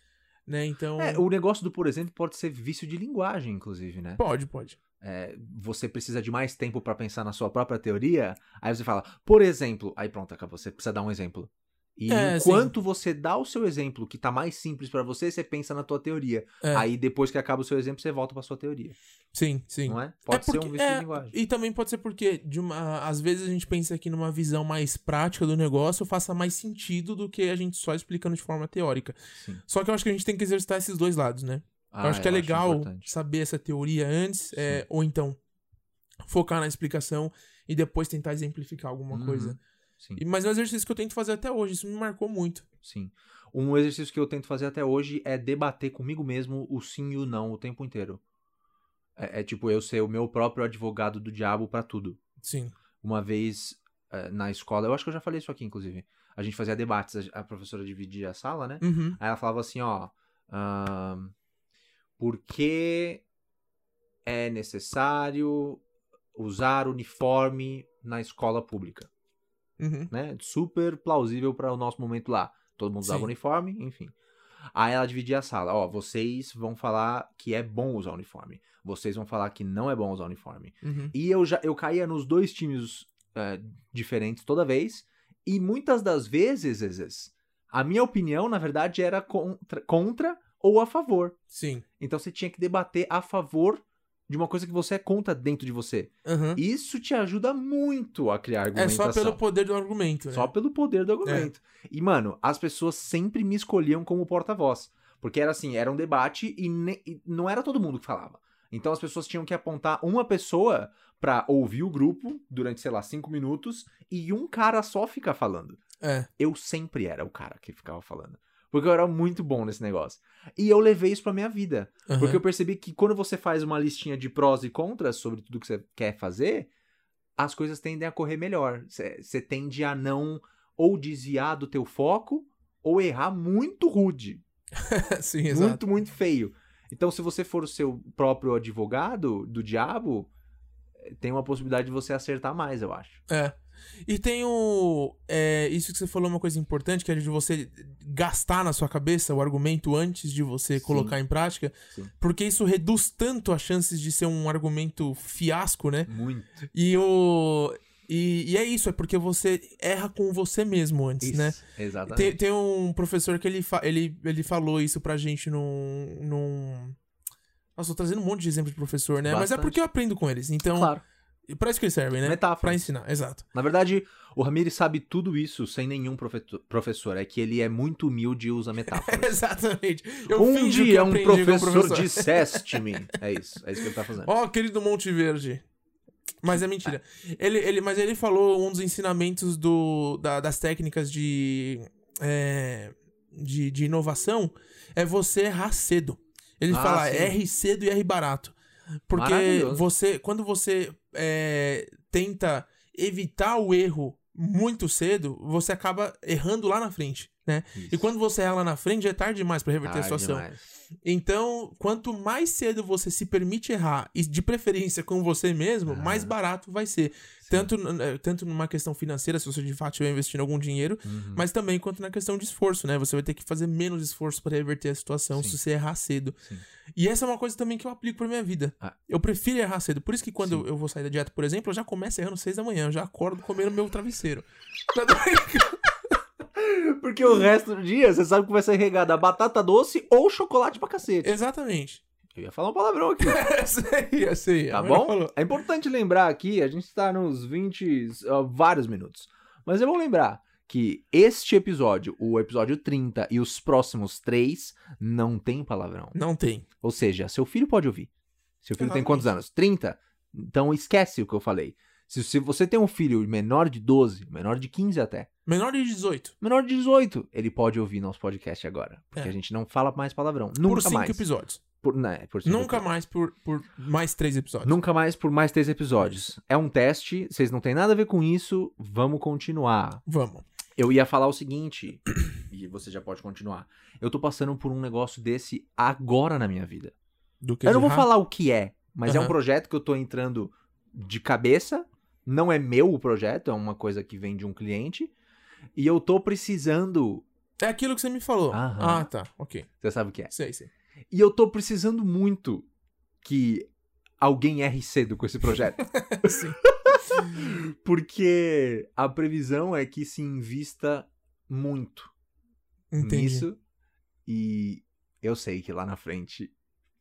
né? Então,
É, o negócio do, por exemplo, pode ser vício de linguagem, inclusive, né?
pode, pode.
É, você precisa de mais tempo pra pensar na sua própria teoria, aí você fala, por exemplo, aí pronto, acabou, você precisa dar um exemplo. E
É,
enquanto você dá o seu exemplo, que tá mais simples pra você, você pensa na tua teoria.
É.
Aí depois que acaba o seu exemplo, você volta pra sua teoria,
Sim, sim.
não é? Pode ser
porque-
um vício
é,
de linguagem.
E também pode ser porque, de uma, às vezes, a gente pensa que numa visão mais prática do negócio faça mais sentido do que a gente só explicando de forma teórica.
Sim.
Só que eu acho que a gente tem que exercitar esses dois lados, né? eu
Ah,
acho que é legal
importante.
saber essa teoria antes, é, ou então focar na explicação e depois tentar exemplificar alguma
Uhum.
coisa.
Sim,
E- mas é um exercício que eu tento fazer até hoje, isso me marcou muito.
sim. Um exercício que eu tento fazer até hoje é debater comigo mesmo o sim e o não o tempo inteiro. É, é tipo eu ser o meu próprio advogado do diabo pra tudo.
Sim.
uma vez eh, na escola, eu acho que eu já falei isso aqui, inclusive. A gente fazia debates, a, a professora dividia a sala, né?
Uhum.
Aí ela falava assim, ó. ahn, por que é necessário usar uniforme na escola pública?
Uhum.
né? Super plausível para o nosso momento lá. Todo mundo usava
Sim.
uniforme, enfim. Aí ela dividia a sala. Ó, vocês vão falar que é bom usar uniforme. Vocês vão falar que não é bom usar uniforme.
Uhum.
E eu já eu caía nos dois times eh, diferentes toda vez. E muitas das vezes, Zezes, a minha opinião, na verdade, era contra, contra ou a favor.
Sim.
Então você tinha que debater a favor de uma coisa que você é contra dentro de você.
Uhum.
Isso te ajuda muito a criar
É
argumentação.
só pelo poder do argumento, né?
Só pelo poder do argumento. E, mano, as pessoas sempre me escolhiam como porta-voz. Porque era assim, era um debate e, ne- e não era todo mundo que falava. Então as pessoas tinham que apontar uma pessoa pra ouvir o grupo durante, sei lá, cinco minutos e um cara só ficar falando.
É.
Eu sempre era o cara que ficava falando. Porque eu era muito bom nesse negócio. E eu levei isso pra minha vida.
aham.
Porque eu percebi que quando você faz uma listinha de prós e contras sobre tudo que você quer fazer, as coisas tendem a correr melhor. Você tende a não ou desviar do teu foco ou errar muito rude,
Sim, exato.
muito muito feio. Então, se você for o seu próprio advogado do diabo, eh, tem uma possibilidade de você acertar mais, eu acho.
É. E tem o. é, isso que você falou é uma coisa importante, que é de você gastar na sua cabeça o argumento antes de você
Sim.
colocar em prática.
Sim.
Porque isso reduz tanto as chances de ser um argumento fiasco, né?
Muito.
E o. E, e é isso, é porque você erra com você mesmo antes,
Isso,
né?
Exatamente.
Tem, tem um professor que ele, fa- ele, ele falou isso pra gente num, num. Nossa, tô trazendo um monte de exemplo de professor, né? Mas é
Bastante.
porque eu aprendo com eles. Então,
Claro,
pra isso que eles servem, né? Pra
metáfora.
ensinar, exato.
Na verdade, o Ramirez sabe tudo isso sem nenhum profeto- professor. É que ele é muito humilde e usa metáforas.
Exatamente. Eu
um
finjo que
dia um
aprendi com o
professor, disseste-me. É isso, é isso que ele tá fazendo.
Ó, querido Monte Verde. Mas é mentira. Ele, ele, mas ele falou um dos ensinamentos do, da- das técnicas de, é, de, de inovação é você errar cedo. Ele
Ah,
fala
sim.
erre cedo e erre barato. Porque
Maravilhoso.
você, quando você é, tenta evitar o erro muito cedo, você acaba errando lá na frente,
É
né? E quando você erra lá na frente, já é tarde demais pra reverter a situação. Então, quanto mais cedo você se permite errar, e de preferência com você mesmo,
Ah.
mais barato vai ser. Tanto, n- eh, tanto numa questão financeira, se você de fato estiver investindo algum dinheiro,
Hum. Uhum.
mas também quanto na questão de esforço, né? Você vai ter que fazer menos esforço para reverter a situação
Sim.
se você errar cedo.
Sim.
E essa é uma coisa também que eu aplico pra minha vida.
Ah.
Eu prefiro errar cedo. Por isso que quando eu vou sair da dieta, por exemplo, eu já começo errando 6 da manhã, eu já acordo comendo meu travesseiro. Tá
Porque o resto do dia você sabe que vai ser regada a batata doce ou chocolate pra cacete.
Exatamente.
Eu ia falar um palavrão aqui.
Eu sei, eu sei.
Tá
A mulher
bom?
falou.
É importante lembrar aqui, a gente tá nos 20, ah, vários minutos. Mas é bom lembrar que este episódio, o episódio 30 e os próximos três, não tem palavrão.
Não tem.
Ou seja, seu filho pode ouvir. Seu filho tem
Exatamente.
quantos anos? 30? Então esquece o que eu falei. Se, se você tem um filho menor de 12, menor de 15 até,
Menor de 18.
menor de 18, ele pode ouvir nosso podcast agora. Porque
É.
a gente não fala mais palavrão. Nunca
por cinco
mais.
episódios.
Por, né, por cinco
Nunca
episódios.
mais por, por mais três episódios.
Nunca mais por mais três episódios. É um teste, vocês não têm nada a ver com isso, vamos continuar.
Vamos.
Eu ia falar o seguinte, e você já pode continuar. Eu tô passando por um negócio desse agora na minha vida.
Do que
Eu não vou
errar.
falar o que é, mas é um
Aham.
projeto que eu tô entrando de cabeça. Não é meu o projeto, é uma coisa que vem de um cliente. E eu tô precisando.
É aquilo que você me falou.
Aham.
Ah, tá. Ok.
Você sabe o que é?
Sei, sei.
E eu tô precisando muito que alguém erre cedo com esse projeto.
Sim.
porque a previsão é que se invista muito
Entendi.
nisso. E eu sei que lá na frente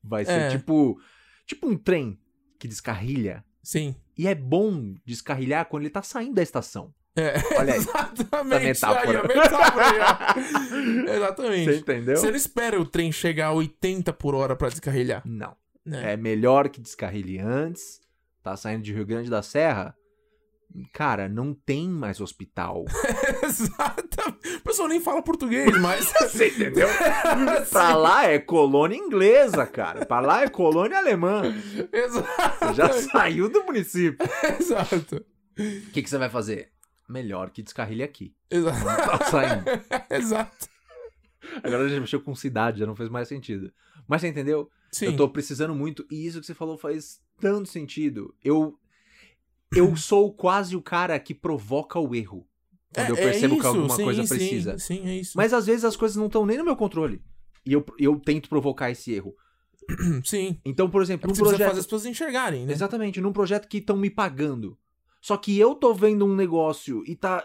vai ser
É.
tipo. Tipo um trem que descarrilha.
Sim.
E é bom descarrilhar quando ele tá saindo da estação.
É,
Olha aí.
exatamente.
essa metáfora.
Aí, a metáfora aí, ó.
Você
exatamente.
entendeu?
Você não espera o trem chegar a 80 por hora pra descarrilhar.
Não.
Né?
É melhor que descarrilhe antes. Tá saindo de Rio Grande da Serra. Cara, não tem mais hospital.
Exatamente. O pessoal nem fala português, mas.
Você entendeu? pra lá é colônia inglesa, cara. Pra lá é colônia alemã. Você já
Exato.
saiu do município.
Exato.
O que, que você vai fazer? Melhor que descarrilhe aqui.
Exato.
Tá saindo.
Exato.
Agora já mexeu com cidade, já não fez mais sentido. Mas você entendeu?
Sim.
Eu tô precisando muito. E isso que você falou faz tanto sentido. Eu. Eu sou quase o cara que provoca o erro. Quando eu percebo que
É, isso,
alguma
sim,
coisa
sim,
precisa.
Sim, é isso.
Mas às vezes as coisas não estão nem no meu controle. E eu, eu tento provocar esse erro.
Sim.
Então, por exemplo,
É porque
num
você precisa
projeto.
fazer as pessoas enxergarem, né?
Exatamente, num projeto que estão me pagando. Só que eu tô vendo um negócio e tá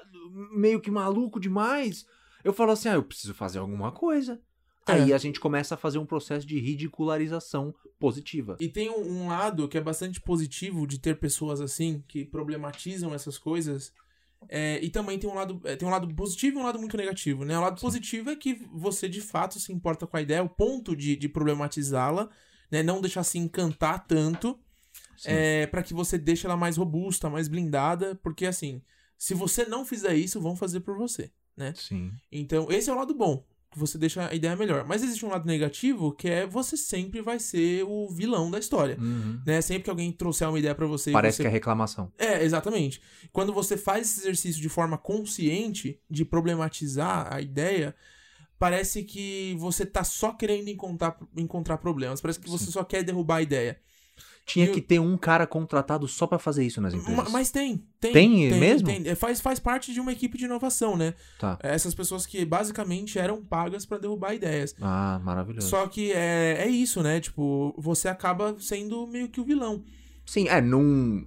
meio que maluco demais. Eu falo assim, ah, eu preciso fazer alguma coisa.
É.
Aí a gente começa a fazer um processo de ridicularização positiva.
E tem um, um lado que é bastante positivo de ter pessoas assim que problematizam essas coisas. É, e também tem um lado é, tem um lado positivo e um lado muito negativo, é né? O lado positivo é que você de fato se importa com a ideia, o ponto de, de problematizá-la, né? Não deixar se encantar tanto
Sim.
é, para que você deixe ela mais robusta, mais blindada, porque assim, se você não fizer isso, vão fazer por você, né?
Sim.
Então, esse é o lado bom, que você deixa a ideia melhor. Mas existe um lado negativo, que é você sempre vai ser o vilão da história,
Uhum.
né? Sempre que alguém trouxer uma ideia pra você, e
Parece
você
que é reclamação.
é, exatamente. Quando você faz esse exercício de forma consciente, de problematizar a ideia, parece que você tá só querendo encontrar, encontrar problemas. Parece que você
Sim.
só quer derrubar a ideia.
Tinha
eu-
que ter um cara contratado só pra fazer isso nas empresas.
Ma- mas tem, tem.
Tem mesmo?
É, faz, faz parte de uma equipe de inovação, né?
Tá.
Essas pessoas que basicamente eram pagas pra derrubar ideias.
Ah, maravilhoso.
Só que é, é isso, né? Tipo, você acaba sendo meio que o vilão.
Sim, é, num,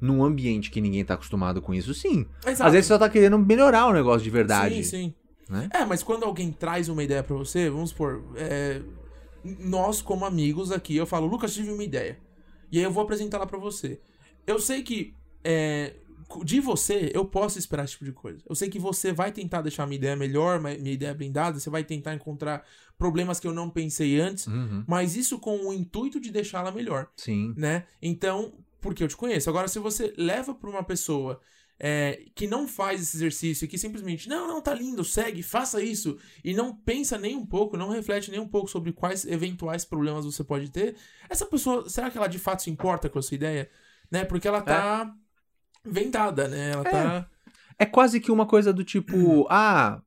num ambiente que ninguém tá acostumado com isso, sim.
Exato.
Às vezes você só tá querendo melhorar o negócio de verdade.
Sim, sim.
né?
É, mas quando alguém traz uma ideia pra você, vamos supor, é, nós como amigos aqui, eu falo, Lucas, tive uma ideia. E aí eu vou apresentá-la pra você. Eu sei que é, de você eu posso esperar esse tipo de coisa. Eu sei que você vai tentar deixar minha ideia melhor, ma- minha ideia blindada, você vai tentar encontrar problemas que eu não pensei antes,
Uhum,
mas isso com o intuito de deixá-la melhor
sim.
né? Então, porque eu te conheço. Agora, se você leva pra uma pessoa é, que não faz esse exercício, e que simplesmente, não, não, tá lindo, segue, faça isso, e não pensa nem um pouco, não reflete nem um pouco sobre quais eventuais problemas você pode ter, essa pessoa, será que ela de fato se importa com a sua ideia? Né? Porque ela tá vendada, né? Ela
É.
tá.
É quase que uma coisa do
Uhum.
tipo, ah,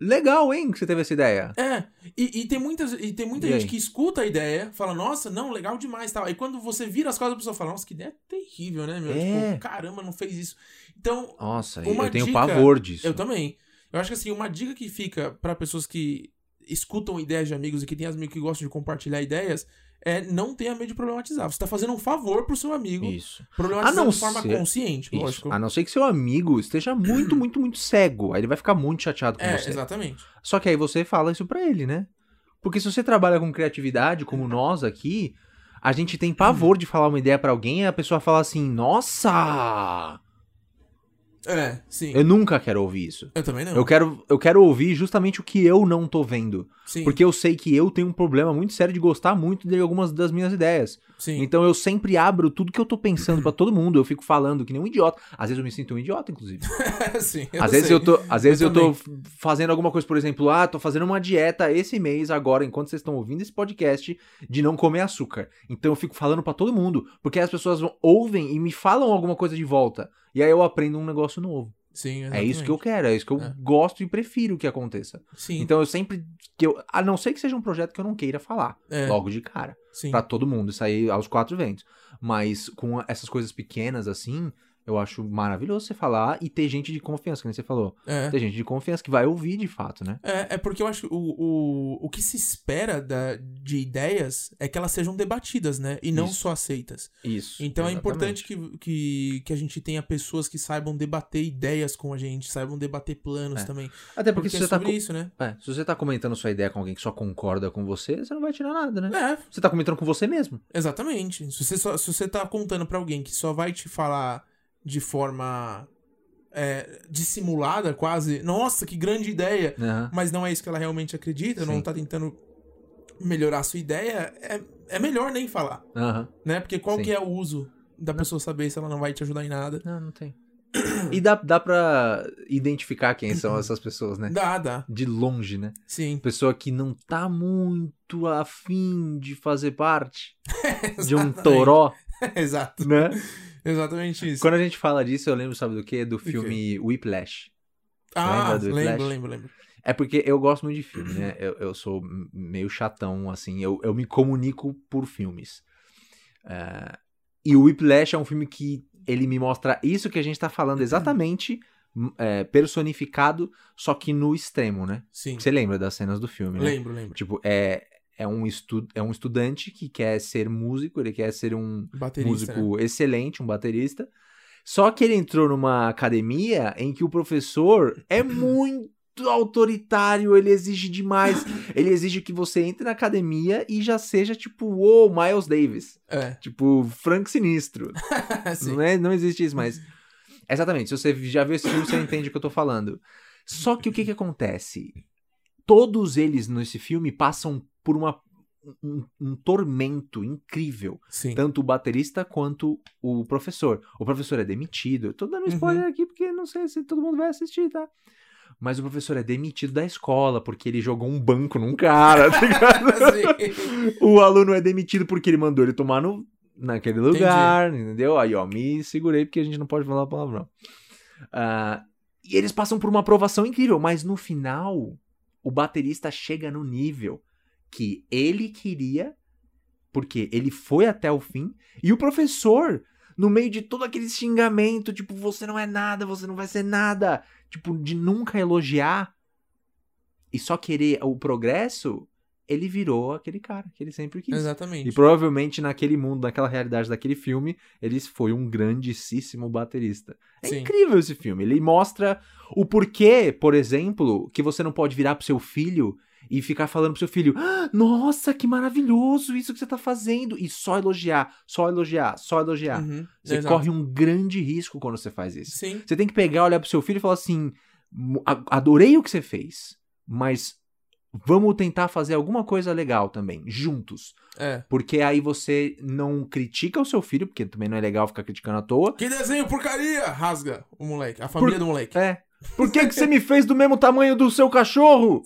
legal, hein, que você teve essa ideia.
É, e, e tem, muitas, e tem muita
E
gente
aí?
que escuta a ideia, fala, nossa, não, legal demais tal. Aí quando você vira as costas, a pessoa fala, nossa, que ideia terrível, né, meu?
É.
Tipo, caramba, não fez isso. Então,
Nossa,
Uma
eu tenho
dica-
pavor disso.
Eu também. Eu acho que assim, uma dica que fica pra pessoas que escutam ideias de amigos e que tem amigos que gostam de compartilhar ideias é não tenha medo de problematizar. Você tá fazendo um favor pro seu amigo
Isso.
problematizando
A não
de forma
ser-
consciente,
Isso.
lógico.
A não ser que seu amigo esteja muito, muito, muito cego. Aí ele vai ficar muito chateado com
É,
você.
exatamente.
Só que aí você fala isso pra ele, né? Porque se você trabalha com criatividade, como nós aqui, a gente tem pavor de falar uma ideia pra alguém e a pessoa fala assim: Nossa!
É, sim. Eu,
Eu nunca quero ouvir isso.
também não.
Eu quero, eu quero ouvir justamente o que eu não tô vendo.
Sim,
Porque eu sei que eu tenho um problema muito sério de gostar muito de algumas das minhas ideias.
sim.
Então eu sempre abro tudo que eu tô pensando pra todo mundo, eu fico falando que nem um idiota. Às vezes eu me sinto um idiota, inclusive.
É, sim
Às vezes
sei.
eu tô, às vezes
Eu
eu, tô f- fazendo alguma coisa, por exemplo, ah, tô fazendo uma dieta esse mês agora, enquanto vocês estão ouvindo esse podcast, de não comer açúcar. Então eu fico falando pra todo mundo, porque as pessoas vão- ouvem e me falam alguma coisa de volta. E aí eu aprendo um negócio novo.
Sim,
É isso que eu
exatamente.
quero, é isso que eu
É.
gosto e prefiro que aconteça.
Sim,
Então eu sempre que eu, a não ser que seja um projeto que eu não queira falar
é,
logo de cara.
sim.
Pra todo mundo, isso aí aos quatro ventos. Mas com essas coisas pequenas assim, eu acho maravilhoso você falar e ter gente de confiança, que nem você falou.
É.
Ter gente de confiança que vai ouvir de fato, né?
É, é porque eu acho que o, o, o que se espera da, de ideias é que elas sejam debatidas, né? E não
Isso.
só aceitas.
Isso.
Então é importante que, que, que a gente tenha pessoas que saibam debater ideias com a gente, saibam debater planos
É.
também.
Até porque,
Porque,
se,
é
você tá
sobre
co-
isso, né?
é, se você tá comentando sua ideia com alguém que só concorda com você, você não vai tirar nada, né?
É,
Você tá comentando com você mesmo.
exatamente. Se você, só, se você tá contando pra alguém que só vai te falar de forma é, dissimulada, quase, nossa, que grande ideia,
Aham.
mas não é isso que ela realmente acredita, não
Sim.
tá tentando melhorar a sua ideia, é, é melhor nem falar,
Aham.
né? Porque qual
Sim. Né?
que é o uso da pessoa saber se ela não vai te ajudar em nada?
Não, não tem. E dá, dá pra identificar quem são essas pessoas, né?
Dá, dá.
De longe, né?
Sim.
Pessoa que não tá muito afim de fazer parte de um toró,
Exato.
né?
Exatamente isso.
Quando a gente fala disso, eu lembro, sabe do quê? Do
quê?
filme Whiplash.
Ah,
Lembra do
lembro,
Flash?
lembro, lembro.
É porque eu gosto muito de filme, né?
Uhum.
Eu, eu sou m- meio chatão, assim. Eu, eu me comunico por filmes. Ah, e o Whiplash é um filme que ele me mostra isso que a gente tá
Uhum.
falando exatamente, m- é, personificado, só que no extremo, né?
Sim.
Você lembra das cenas do filme, né?
Lembro, lembro.
Tipo, é, é, um estu é um estudante que quer ser músico, ele quer ser um
Baterista. né?
músico excelente, um baterista. Só que ele entrou numa academia em que o professor é muito autoritário, ele exige demais. Ele exige que você entre na academia e já seja tipo, uou, Miles Davis. Tipo, Frank Sinistro.
É. Sim.
Não, é, não existe isso mais. Exatamente, se você já viu esse filme, você entende o que eu tô falando. Só que o que que acontece? Todos eles nesse filme passam por uma, um, um tormento incrível.
Sim.
Tanto o baterista quanto o professor. O professor é demitido. Eu tô dando spoiler aqui porque não sei se todo mundo vai assistir, tá? Mas o professor é demitido da escola porque ele jogou um banco num cara, tá ligado?
Sim.
O aluno é demitido porque ele mandou ele tomar no, naquele lugar, entendeu? Aí, ó, me segurei porque a gente não pode falar palavrão. Ah, e eles passam por uma aprovação incrível, mas no final, o baterista chega no nível que ele queria, porque ele foi até o fim, e o professor, no meio de todo aquele xingamento, tipo, você não é nada, você não vai ser nada, tipo, de nunca elogiar e só querer o progresso, ele virou aquele cara que ele sempre quis.
Exatamente.
E provavelmente naquele mundo, naquela realidade daquele filme, ele foi um grandíssimo baterista. É
Sim.
incrível esse filme. Ele mostra o porquê, por exemplo, que você não pode virar pro seu filho e ficar falando pro seu filho: "Ah, Nossa, que maravilhoso isso que você tá fazendo! E só elogiar, só elogiar, só elogiar.
Uhum.
Você
Exato.
corre um grande risco quando você faz isso.
Sim.
Você tem que pegar, olhar pro seu filho e falar assim: "Mu- a- adorei o que você fez, mas vamos tentar fazer alguma coisa legal também, juntos.
É.
Porque aí você não critica o seu filho, porque também não é legal ficar criticando à toa.
Que desenho porcaria! Rasga o moleque. A família do moleque.
É. Por que, que você me fez do mesmo tamanho do seu cachorro?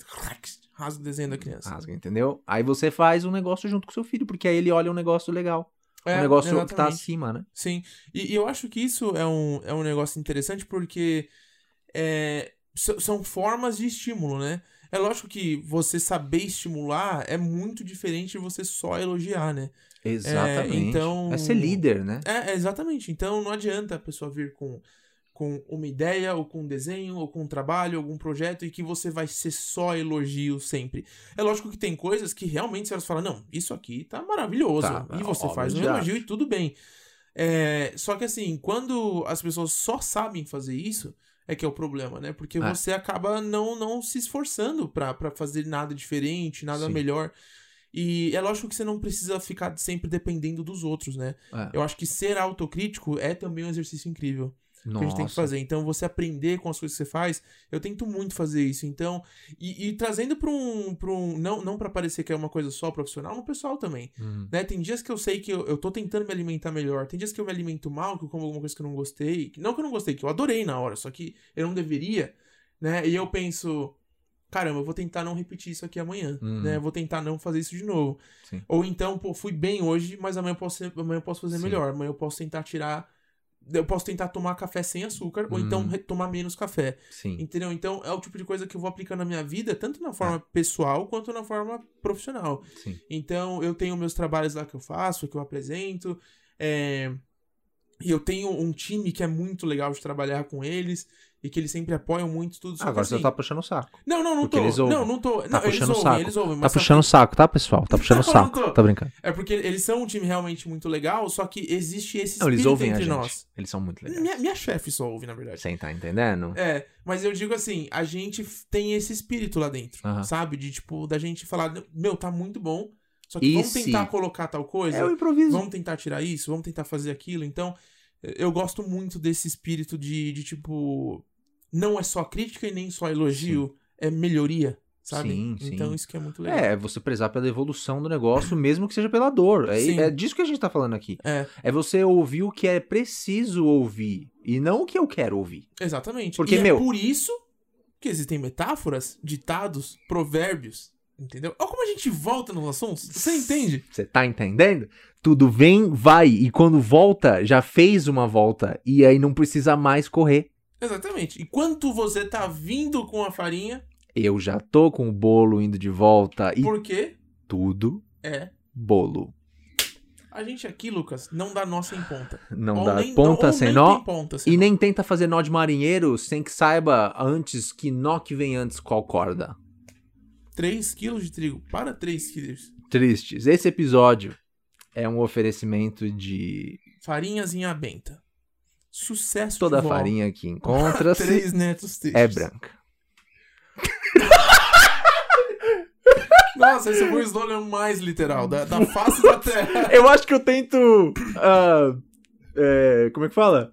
Rasga o desenho da criança.
Rasga, entendeu? Aí você faz um negócio junto com seu filho, porque aí ele olha um negócio legal.
É,
um negócio que tá
exatamente.
acima, né?
Sim. E, e eu acho que isso é um, é um negócio interessante porque é, so- são formas de estímulo, né? É lógico que você saber estimular é muito diferente de você só elogiar, né?
Exatamente.
então-
É ser líder, né?
É, é, exatamente. Então não adianta a pessoa vir com, com uma ideia, ou com um desenho, ou com um trabalho, algum projeto, e que você vai ser só elogio sempre. É lógico que tem coisas que realmente você fala, não, isso aqui tá maravilhoso.
Tá,
e você
obra
faz um
de arte.
elogio e tudo bem. É, só que assim, quando as pessoas só sabem fazer isso, é que é o problema, né? Porque
É.
você acaba não, não se esforçando pra pra fazer nada diferente, nada
Sim.
melhor. E é lógico que você não precisa ficar sempre dependendo dos outros, né?
É.
Eu acho que ser autocrítico é também um exercício incrível que a gente tem que fazer. Então, você aprender com as coisas que você faz, eu tento muito fazer isso. Então, e, e trazendo para um, pra um. Não, não para parecer que é uma coisa só profissional, no pessoal também.
Hum,
Né? Tem dias que eu sei que eu, eu tô tentando me alimentar melhor. Tem dias que eu me alimento mal, que eu como alguma coisa que eu não gostei. que- Não que eu não gostei, que eu adorei na hora, só que eu não deveria. né? E eu penso. Caramba, eu vou tentar não repetir isso aqui amanhã,
Uhum.
né? Eu Vou tentar não fazer isso de novo.
sim.
Ou então, pô, fui bem hoje, mas amanhã eu posso, ser- amanhã eu posso fazer
Sim.
melhor. Amanhã eu posso tentar tirar. Eu posso tentar tomar café sem açúcar, ou então
Hum.
re- tomar menos café.
Sim.
Entendeu? Então é o tipo de coisa que eu vou aplicando na minha vida, tanto na
É.
forma pessoal quanto na forma profissional.
Sim.
Então eu tenho meus trabalhos lá que eu faço, que eu apresento. é, E eu tenho um time que é muito legal de trabalhar com eles e que eles sempre apoiam muito tudo. Só que,
Agora você
assim,
tá puxando o saco.
Não, não, não
porque
tô.
eles ouvem.
Não, não tô.
Tá
não, eles
puxando o
ouvem,
saco.
eles ouvem.
Tá
mas só que-
puxando o saco, tá, pessoal? Tá puxando o
Não, não
saco.
tô.
Tá brincando.
É porque eles são um time realmente muito legal, só que existe esse
Não,
espírito
eles ouvem a
entre
gente.
nós. É,
Eles são muito legais.
Minha, minha chefe só ouve, na verdade.
Você tá entendendo?
É, mas eu digo assim, a gente f- tem esse espírito lá dentro,
Aham.
sabe? De tipo, da gente falar, meu, tá muito bom, só que
E
vamos
se-
tentar colocar tal coisa,
É o improviso.
vamos tentar tirar isso, vamos tentar fazer aquilo. Então, eh, eu gosto muito desse espírito de, de tipo, não é só crítica e nem só elogio, é melhoria, sabe?
Sim, sim.
Então, isso que é muito legal.
É, você prezar pela evolução do negócio, mesmo que seja pela dor. É,
Sim.
é disso que a gente tá falando aqui.
É.
É você ouvir o que é preciso ouvir e não o que eu quero ouvir.
Exatamente.
Porque,
e
meu-
é por isso que existem metáforas, ditados, provérbios, entendeu? Olha como a gente volta nos assuntos. Você entende?
Você tá entendendo? Tudo vem, vai. E quando volta, já fez uma volta. E aí não precisa mais correr.
Exatamente. Enquanto você tá vindo com a farinha,
Eu já tô com o bolo indo de volta. E
porque
tudo
é
bolo.
a gente aqui, Lucas, não dá nó sem ponta.
Não
Ou
dá
nem-
ponta
ou
sem
nem
nó.
tem ponta assim. sem
E
nó.
nem tenta fazer nó de marinheiro sem que saiba antes que nó que vem antes qual corda.
3 quilos de trigo para 3 quilos.
Tristes. Esse episódio é um oferecimento de
Farinhazinha benta. Sucesso
toda a
de vó.
farinha que encontra-se
Três netos tristes.
é branca.
Nossa, esse foi o slogan mais literal da, da face da terra.
Eu acho que eu tento. ah, é, como é que fala?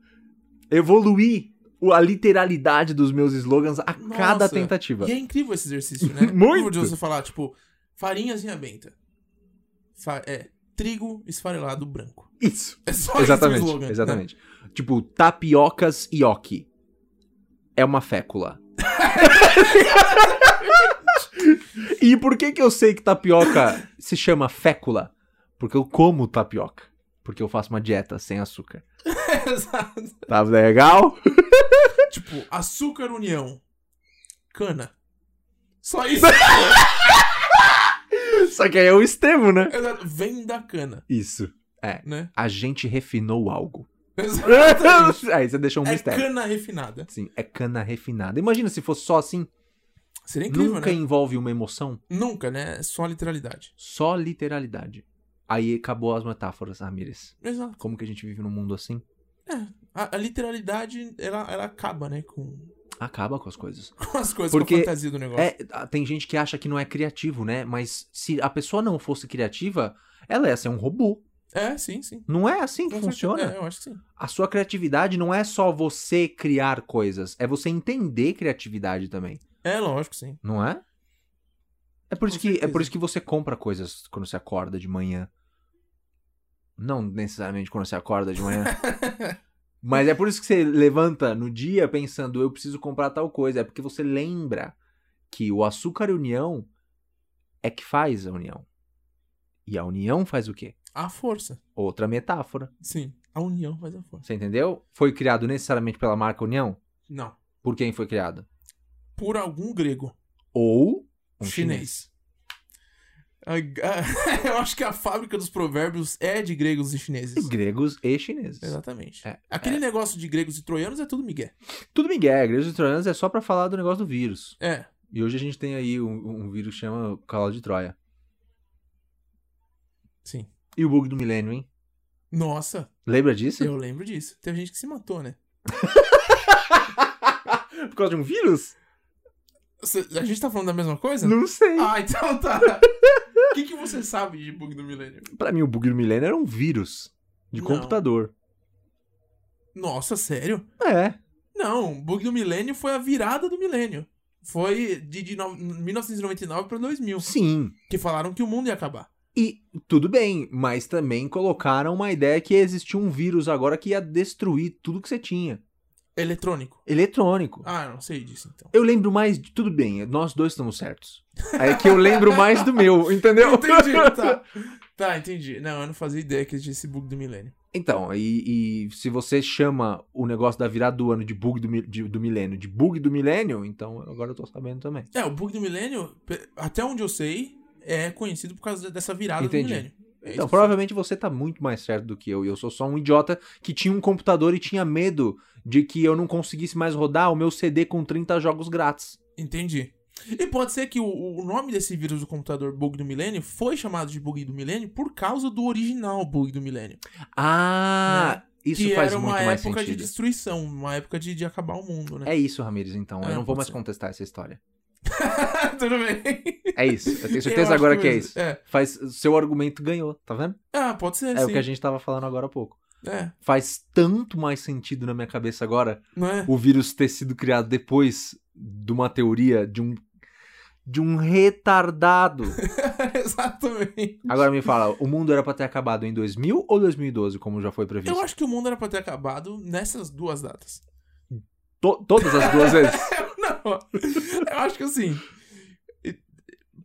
Evoluir o- a literalidade dos meus slogans a cada
Nossa.
tentativa.
E é incrível esse é exercício, né?
Muito.
De você falar, tipo, farinhazinha benta. fa- é trigo esfarelado branco.
Isso.
É só
exatamente.
esse o slogan.
exatamente. Tipo, tapiocas ioki. É uma fécula. e por que que eu sei que tapioca se chama fécula? Porque eu como tapioca. Porque eu faço uma dieta sem açúcar.
né? Exato.
Tá legal?
tipo, açúcar união. Cana. Só isso.
Só que aí é o extremo, né?
Exato. Vem da cana,
Isso.
né?
A gente refinou algo.
Exatamente.
aí você deixou um
É
mistério.
cana refinada.
Sim, é cana refinada. Imagina se fosse só assim.
Seria incrível,
Nunca
né?
envolve uma emoção.
Nunca, né? É Só literalidade.
Só literalidade. Aí acabou as metáforas, Ramires.
Exato.
Como que a gente vive num mundo assim?
A, a literalidade, ela, ela acaba, né? Com,
Acaba com as coisas.
com as coisas,
Porque
com a fantasia do negócio.
É, ah, tem gente que acha que não é criativo, né? Mas se a pessoa não fosse criativa, ela ia ser um robô.
É, sim, sim.
Não é assim que
Com
funciona.
certeza. É, eu acho que sim.
A sua criatividade não é só você criar coisas, é você entender criatividade também,
É, lógico, sim.
não é? É por, isso
Com
que, é
certeza.
por isso que você compra coisas quando você acorda de manhã. Não necessariamente quando você acorda de manhã. Mas é por isso que você levanta no dia pensando, eu preciso comprar tal coisa. É porque você lembra que o açúcar união é que faz a união. E a união faz o quê?
A força.
Outra metáfora.
Sim. A união faz a força.
Você entendeu? Foi criado necessariamente pela marca União?
Não.
Por quem foi criado?
Por algum grego.
Ou um chinês.
chinês. A- a- eu acho que a fábrica dos provérbios é de gregos e chineses.
Gregos e chineses.
Exatamente.
É,
Aquele negócio de gregos e troianos é tudo migué.
Tudo Miguel, gregos e troianos é só pra falar do negócio do vírus.
É.
E hoje a gente tem aí um, um vírus que chama Cavalo de Troia.
Sim.
E o bug do milênio, hein?
Nossa,
Lembra disso?
eu lembro disso. Teve gente que se matou, né?
Por causa de um vírus?
Você- A gente tá falando da mesma coisa?
Não sei.
Ah, então tá. O que, que você sabe de bug do milênio?
Pra mim, o bug do milênio era um vírus de
Não.
computador.
Nossa, sério?
É.
Não, o bug do milênio foi a virada do milênio. Foi de, de no- 1999 pra 2000,
Sim.
que falaram que o mundo ia acabar.
E tudo bem, mas também colocaram uma ideia que existia um vírus agora que ia destruir tudo que você tinha.
Eletrônico.
Eletrônico.
Ah, eu não sei disso, então.
Eu lembro mais de tudo bem, nós dois estamos certos. É que eu lembro mais do meu, entendeu?
Entendi, tá. Tá, entendi. Não, eu não fazia ideia que existia esse bug do milênio.
Então, e, e se você chama o negócio da virada do ano de bug do, mi- de- do milênio de bug do milênio, então agora eu tô sabendo também.
É, o bug do milênio, pe- até onde eu sei, é conhecido por causa dessa virada
Entendi.
do milênio. É
Então,
isso.
provavelmente você tá muito mais certo do que eu, e eu sou só um idiota que tinha um computador e tinha medo de que eu não conseguisse mais rodar o meu CD com 30 jogos grátis.
Entendi. E pode ser que o, o nome desse vírus do computador bug do milênio foi chamado de bug do milênio por causa do original bug do milênio.
Ah, isso
que
faz
era
muito
uma
mais
época de
sentido.
destruição, uma época de, de acabar o mundo, né?
É isso, Ramires, então.
Ah,
eu não vou
pode
mais
ser.
contestar essa história.
Tudo bem.
É isso. Eu tenho
Eu acho
certeza agora que é
mesmo.
isso. Faz seu argumento ganhou, tá vendo?
Ah, pode ser,
É, o
sim.
que a gente tava falando agora há pouco.
É,
Faz tanto mais sentido na minha cabeça agora
não é?
o vírus ter sido criado depois de uma teoria de um de um retardado.
Exatamente.
Agora me fala, o mundo era pra ter acabado em 2000 ou 2012, como já foi previsto?
Eu acho que o mundo era pra ter acabado nessas duas datas.
To- todas as duas vezes.
Não, eu acho que assim.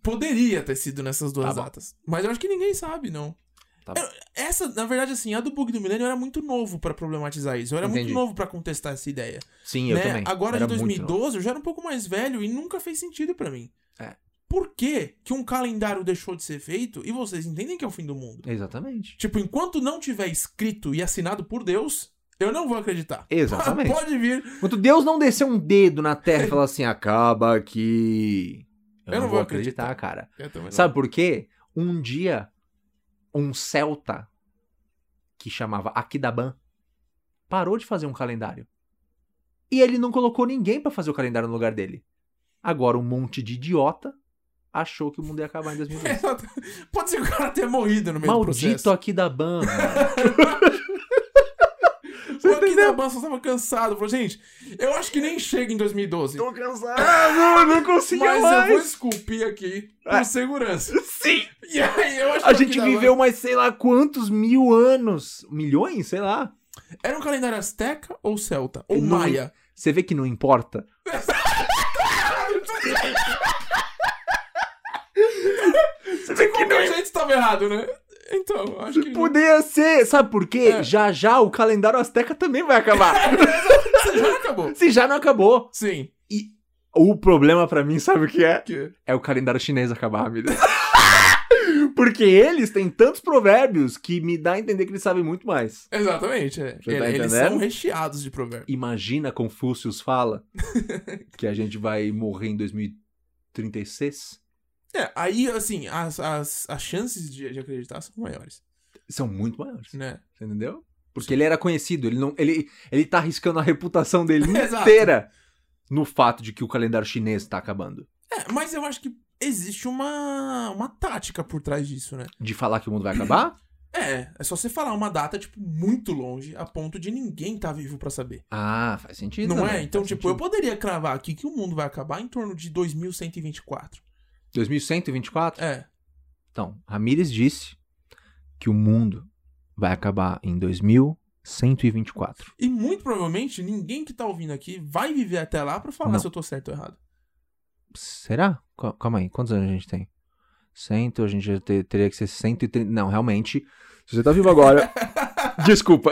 Poderia ter sido nessas duas
Tá bom.
datas. Mas eu acho que ninguém sabe, não.
Tá bom.
Eu- essa, na verdade, assim, a do bug do milênio era muito novo pra problematizar isso. Eu era
Entendi.
muito novo pra contestar essa ideia.
Sim, eu
né?
também.
Agora
Era
de
muito novo.
2012, eu já era um pouco mais velho e nunca fez sentido pra mim.
É.
Por que que um calendário deixou de ser feito e vocês entendem que é o fim do mundo?
Exatamente.
Tipo, enquanto não tiver escrito e assinado por Deus, eu não vou acreditar.
Exatamente.
Pode vir,
Enquanto Deus não descer um dedo na terra e falar assim, acaba aqui. Eu, não vou acreditar,
acreditar.
cara.
Eu também não.
Sabe por quê? Um dia, um celta que chamava Aquidaban parou de fazer um calendário. E ele não colocou ninguém pra fazer o calendário no lugar dele. Agora um monte de idiota achou que o mundo ia acabar em 2012.
Exato. Pode ser que o cara tenha morrido no meio do
Maldito
processo.
Aquidaban. mano.
Você chegou aqui na Bança, eu tava cansado. Falou, gente, eu acho que nem chega em 2012.
Tô cansado, Ah, não consigo
Mas eu
mais.
vou esculpir aqui por segurança.
Sim!
E aí eu acho
É. A
que
gente
aqui na
viveu mais sei lá quantos mil anos. Milhões, sei lá.
Bança- Era um calendário azteca ou celta? Ou
Não-
maia?
Você vê que não importa. Você vê que
Porque a gente tava errado, né? Então, acho
Uhum.
que.
Poderia ser, sabe por quê?
É.
Já já o calendário azteca também vai acabar.
Você já acabou.
Se já não acabou.
Sim.
O problema pra mim, sabe o que é?
Que...
É o calendário chinês acabar, amigo. Porque eles têm tantos provérbios que me dá a entender que eles sabem muito mais.
Exatamente. é.
Você tá
Ele- Eles
entendendo?
são recheados de provérbios.
Imagina Confúcius fala que a gente vai morrer em 2036.
É, aí, assim, as, as, as chances de, de acreditar são maiores,
São muito maiores,
né?
você entendeu? Porque ele era conhecido, ele não, ele, ele tá arriscando a reputação dele
Exato.
inteira no fato de que o calendário chinês tá acabando.
É, mas eu acho que existe uma, uma tática por trás disso, né?
De falar que o mundo vai acabar?
É, é só você falar uma data, tipo, muito longe, a ponto de ninguém tá vivo pra saber.
Ah, faz sentido.
não
né?
é? Então,
Faz
tipo, eu
sentido.
poderia cravar aqui que o mundo vai acabar em torno de 2124.
2124?
É.
Então, Ramírez disse que o mundo vai acabar em 2124.
E muito provavelmente ninguém que tá ouvindo aqui vai viver até lá pra falar
Não.
se eu tô certo ou errado.
Será? Cal- Calma aí, quantos anos a gente tem? 100, a gente já te- teria que ser 130. Não, realmente. Se você tá vivo agora. desculpa.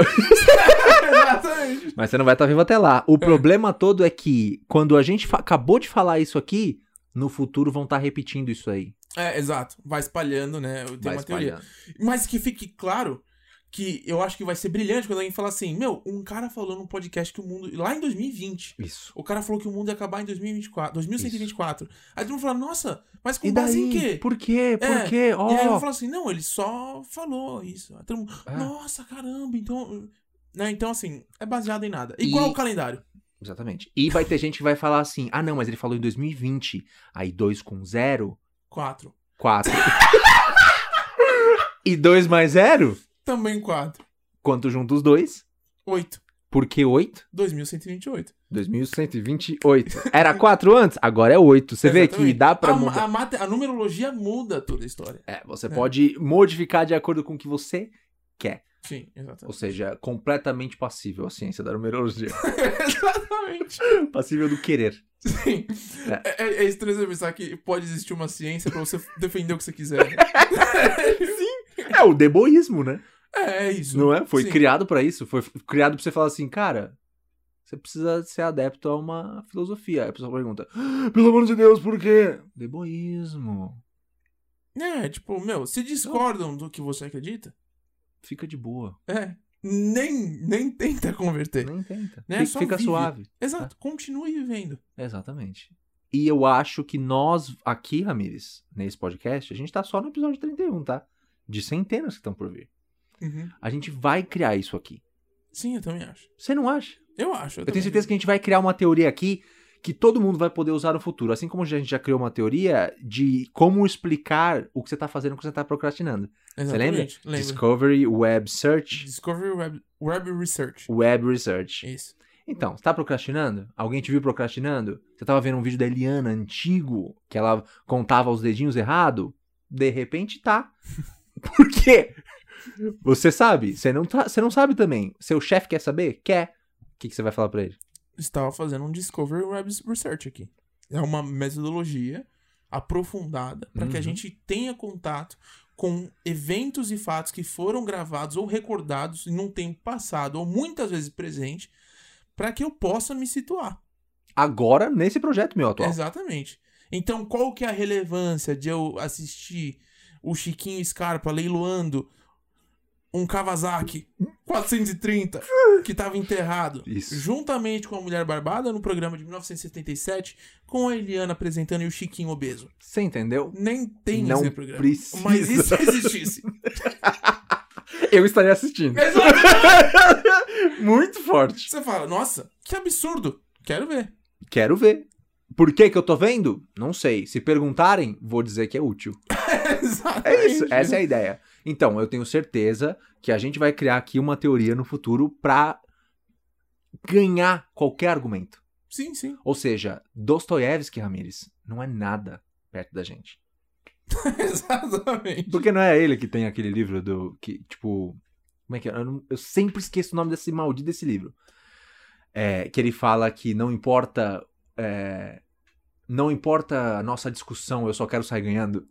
Exatamente.
Mas você não vai estar vivo até lá. O problema todo é que quando a gente fa- acabou de falar isso aqui, no futuro vão estar repetindo isso aí.
É, exato. Vai espalhando, né? Eu tenho
Vai
uma teoria.
espalhando.
Mas que fique claro que eu acho que vai ser brilhante quando alguém falar assim: Meu, um cara falou num podcast que o mundo. Lá em 2020.
Isso.
O cara falou que o mundo ia acabar em 2024, 2124. Aí todo mundo fala, nossa, mas com
E
base em
daí?
quê?
Por quê? Por
Um É,
quê? Ó.
E aí eu falo assim, não, ele só falou isso. Aí todo mundo,
É.
nossa, caramba, então. Né, então, assim, é baseado em nada. Igual
E-
o calendário.
Exatamente. E vai ter gente que vai falar assim: ah, não, mas ele falou em 2020. Aí 2 com 0,
4.
4. e 2 mais 0,
Também 4.
quanto junta os dois?
8.
Porque 8?
2128.
2128. Era 4 antes? Agora é 8. Você vê que
Exatamente.
dá pra
a,
mudar.
a, mate- a numerologia muda toda a história.
É, você
É.
pode modificar de acordo com o que você.
Sim,
Ou
exatamente.
seja, completamente passível a ciência da numerologia.
exatamente.
passível do querer.
Sim. É, é- é estranho você pensar que pode existir uma ciência pra você defender o que você quiser. né?
É o deboísmo, né?
É, é isso.
Não é? Foi
Sim.
criado pra isso. Foi f- criado pra você falar assim, cara, você precisa ser adepto a uma filosofia. Aí a pessoa pergunta, "Ah, pelo amor de Deus, por quê? Deboísmo.
É, tipo, meu, se discordam do que você acredita,
Fica de boa.
é. Nem, nem tenta converter.
Nem tenta.
Né?
Fi-
Só
Fica
vive.
suave.
Exato, continue vivendo.
Exatamente. E eu acho que nós, aqui, Ramires, nesse podcast, a gente tá só no episódio 31, tá? De centenas que estão por vir. A gente vai criar isso aqui.
Sim, eu também acho.
Você não acha?
Eu acho.
Eu tenho certeza que a gente vai criar uma teoria aqui que todo mundo vai poder usar no futuro. Assim como a gente já criou uma teoria de como explicar o que você tá fazendo, o que você tá procrastinando.
que.
Você lembra?
Lembro.
Discovery Web Search,
Discovery Web, Web Research.
Web Research.
Isso.
Então, você tá procrastinando? Alguém te viu procrastinando? Você tava vendo um vídeo da Eliana antigo, que ela contava os dedinhos errado? De repente tá. Por quê? Você sabe, você não, tá- você não sabe também. Seu chefe quer saber? Quer. O que, que você vai falar pra ele?
Estava fazendo um Discovery Web Research aqui. É uma metodologia aprofundada para que a
Uhum.
gente tenha contato com eventos e fatos que foram gravados ou recordados em um tempo passado ou muitas vezes presente para que eu possa me situar.
Agora, nesse projeto meu atual.
Exatamente. Então, qual que é a relevância de eu assistir o Chiquinho Scarpa leiloando um Kawasaki 430 que estava enterrado
Isso.
juntamente com a Mulher Barbada no programa de 1977 com a Eliana apresentando e o Chiquinho obeso?
Você entendeu?
Nem tem
Não
esse programa.
precisa.
Mas e se existisse?
Eu estaria assistindo.
Exato.
É Muito forte.
Você fala, nossa, que absurdo. Quero ver.
Quero ver. Por que que eu tô vendo? Não sei. Se perguntarem, vou dizer que é útil.
Exatamente.
É isso. Essa é a ideia. Então, eu tenho certeza que a gente vai criar aqui uma teoria no futuro pra ganhar qualquer argumento.
Sim, sim.
Ou seja, Dostoiévski, Ramires, não é nada perto da gente.
Exatamente.
Porque não é ele que tem aquele livro do. que, tipo. Como é que é? Eu, não- eu sempre esqueço o nome desse maldito desse livro. É, que ele fala que não importa. é, não importa a nossa discussão, eu só quero sair ganhando.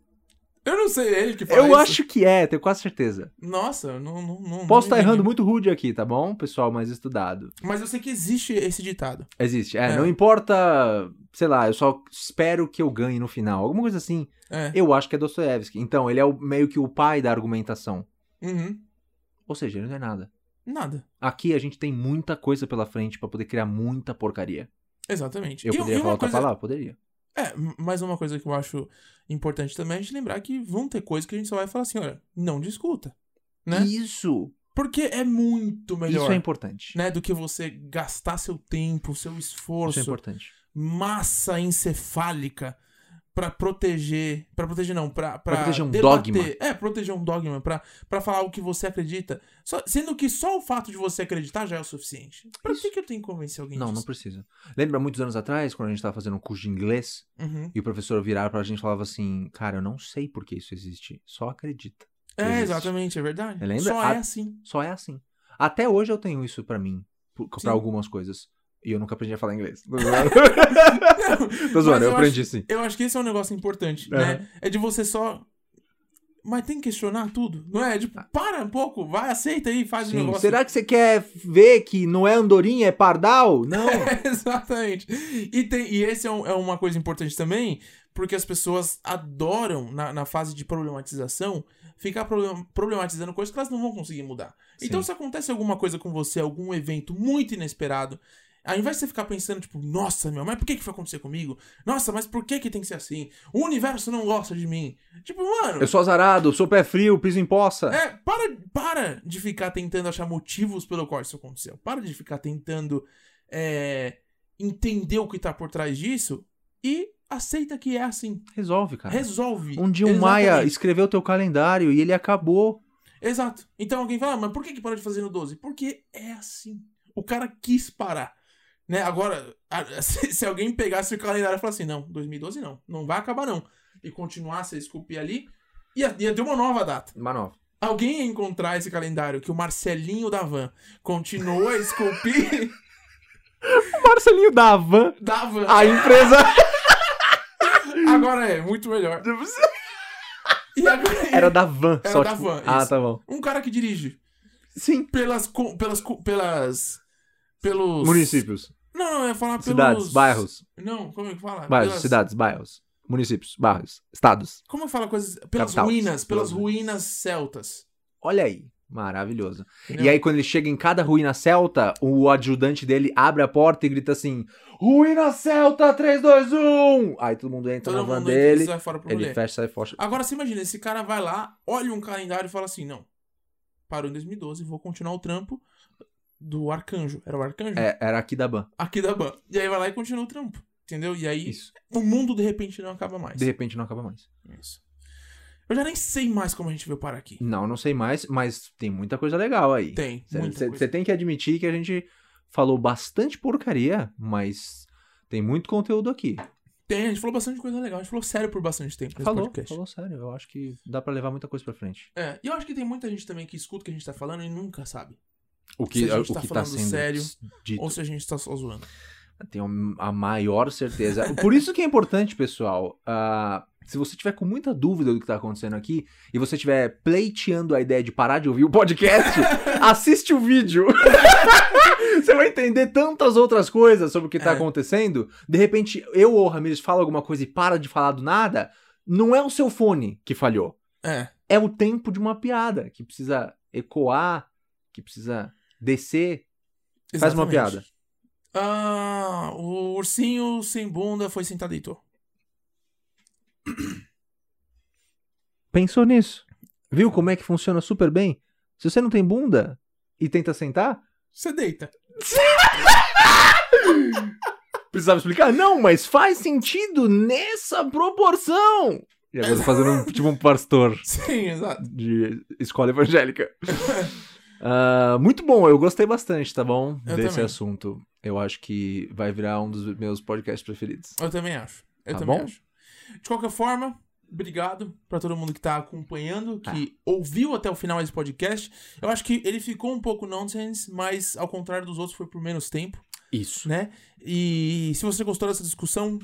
Eu não sei, é ele que fala
Eu
isso?
acho que é, tenho quase certeza.
Nossa, eu não, não, não.
É, Posso
não
estar errando
entendi.
muito rude aqui, tá bom? Pessoal mais estudado.
Mas eu sei que existe esse ditado.
Existe. É,
É.
não importa, sei lá, eu só espero que eu ganhe no final. Alguma coisa assim.
É.
Eu acho que é Dostoiévski. Então, ele é o- meio que o pai da argumentação.
Uhum.
Ou seja, ele não é nada.
Nada.
Aqui a gente tem muita coisa pela frente pra poder criar muita porcaria.
Exatamente.
Eu
E-
poderia
e
falar
uma
outra
coisa,
palavra? Poderia.
É, m- mas uma coisa que eu acho importante também é a gente lembrar que vão ter coisas que a gente só vai falar assim, olha, não discuta. Né?
Isso!
Porque é muito melhor.
Isso é importante.
né, do que você gastar seu tempo, seu
Isso é
esforço,
importante.
massa encefálica pra proteger, Pra proteger não, pra pra
Proteger um
debater.
dogma.
É, proteger um dogma Pra para falar o que você acredita. Só- sendo que só o fato de você acreditar já é o suficiente. Pra
Isso.
que, que eu tenho que convencer alguém
Não, não
disso?
precisa. Lembra muitos anos atrás, quando a gente tava fazendo um curso de inglês,
Uhum.
e o professor virava pra gente e falava assim, cara, eu não sei por que isso existe. Só acredita.
É,
Existe.
exatamente, é verdade.
Lembra?
Só
A-
é assim.
Só é assim. Até hoje eu tenho isso pra mim, por-
Sim.
pra algumas coisas. E eu nunca aprendi a falar inglês. Tô
Não,
Tô zoando,
mas
eu
eu
aprendi sim.
Eu acho que esse é um negócio importante,
Aham.
né? É de você só. Mas tem que questionar tudo, não é? Tipo, para um pouco, vai, aceita aí, faz o
Ah. Sim.
negócio.
Será que você quer ver que não é andorinha, é pardal? Não.
É, Exatamente. E, tem, e esse é, um- é uma coisa importante também, porque as pessoas adoram, na, na fase de problematização, ficar problem- problematizando coisas que elas não vão conseguir mudar. Então,
Sim.
se acontece alguma coisa com você, algum evento muito inesperado, ao invés de você ficar pensando, tipo, nossa, meu, mas por que, que foi acontecer comigo? Nossa, mas por que, que tem que ser assim? O universo não gosta de mim. Tipo, mano.
Eu sou azarado, sou pé frio, piso em poça.
É, para, para de ficar tentando achar motivos pelo qual isso aconteceu. Para de ficar tentando é, entender o que tá por trás disso e aceita que é assim.
Resolve, cara.
Resolve.
Um dia o Maia escreveu teu calendário e ele acabou.
Exato. Então alguém fala, "Ah, mas por que, que parou de fazer no 12? Porque é assim. O cara quis parar. Né? Agora, a- se, se alguém pegasse o calendário e falasse assim, não, 2012 não, não vai acabar não. E continuasse a esculpir ali, ia, ia ter uma nova data.
Manova.
Alguém ia encontrar esse calendário que o Marcelinho da Van continuou a esculpir
Marcelinho da Van,
da Van.
a empresa.
Agora é, muito melhor. E agora é
Era da Van,
Era
só
da
tipo-
Van,
Ah,
isso.
tá bom.
um cara que dirige
Sim.
pelas. co- pelas. co- pelas. pelos.
Municípios,
Não, não, eu ia falar
cidades,
pelos.
bairros.
Não, como é que fala?
Bairros,
Pelas-
cidades, bairros. Municípios, bairros, estados.
Como eu falo coisas. pelas
Capital.
ruínas, pelas
Pelas-
ruínas celtas.
Olha aí. Maravilhoso.
Entendeu?
E aí, quando ele chega em cada ruína celta, o adjudante dele abre a porta e grita assim: Ruína celta 3, 2, 1! Aí todo mundo entra na
Todo
van
mundo
dele.
sai fora pro
Ele
rolê.
fecha, sai fora.
Agora você imagina, esse cara vai lá, olha um calendário e fala assim: não, parou em 2012, vou continuar o trampo do arcanjo. Era o arcanjo?
É, era aqui da ban.
Aqui da Ban. E aí vai lá e continua o trampo. Entendeu? E aí
Isso.
o mundo de repente não acaba mais.
De repente não acaba mais.
Isso. Eu já nem sei mais como a gente veio parar aqui.
Não, não sei mais, mas tem muita coisa legal aí.
Tem, muita coisa.
Você tem que admitir que a gente falou bastante porcaria, mas tem muito conteúdo aqui.
Tem, a gente falou bastante coisa legal, a gente falou sério por bastante tempo nesse
falou,
podcast.
falou sério. Eu acho que dá pra levar muita coisa pra frente.
É, e eu acho que tem muita gente também que escuta o que a gente tá falando e nunca sabe.
O
que-
que,
Se a gente
o
tá
que tá
falando
sendo
sério,
dito.
Ou se a gente tá só zoando.
Tenho a maior certeza. Por isso que é importante, pessoal. ah, se você tiver com muita dúvida do que tá acontecendo aqui e você tiver pleiteando a ideia de parar de ouvir o podcast, assiste o vídeo. você vai entender tantas outras coisas sobre o que tá
É.
acontecendo. De repente, eu ou o Ramirez fala alguma coisa e para de falar do nada. Não é o seu fone que falhou.
É,
É o tempo de uma piada que precisa ecoar, que precisa descer. Faz uma
exatamente.
piada.
Ah, o ursinho sem bunda foi sentar deitou.
Pensou nisso? Viu como é que funciona super bem? Se você não tem bunda e tenta sentar,
Você deita.
precisava explicar? Não, mas faz sentido nessa proporção. E agora eu tô fazendo um, tipo um pastor
Sim, exato.
de escola evangélica. Ah, muito bom, eu gostei bastante, tá bom?
Eu
desse
também.
assunto. Eu acho que vai virar um dos meus podcasts preferidos.
Eu também acho. Eu
Tá
também
bom?
acho. De qualquer forma, obrigado pra todo mundo que tá acompanhando,
Tá.
que ouviu até o final esse podcast. Eu acho que ele ficou um pouco nonsense, mas ao contrário dos outros foi por menos tempo,
Isso.
né? E se você gostou dessa discussão,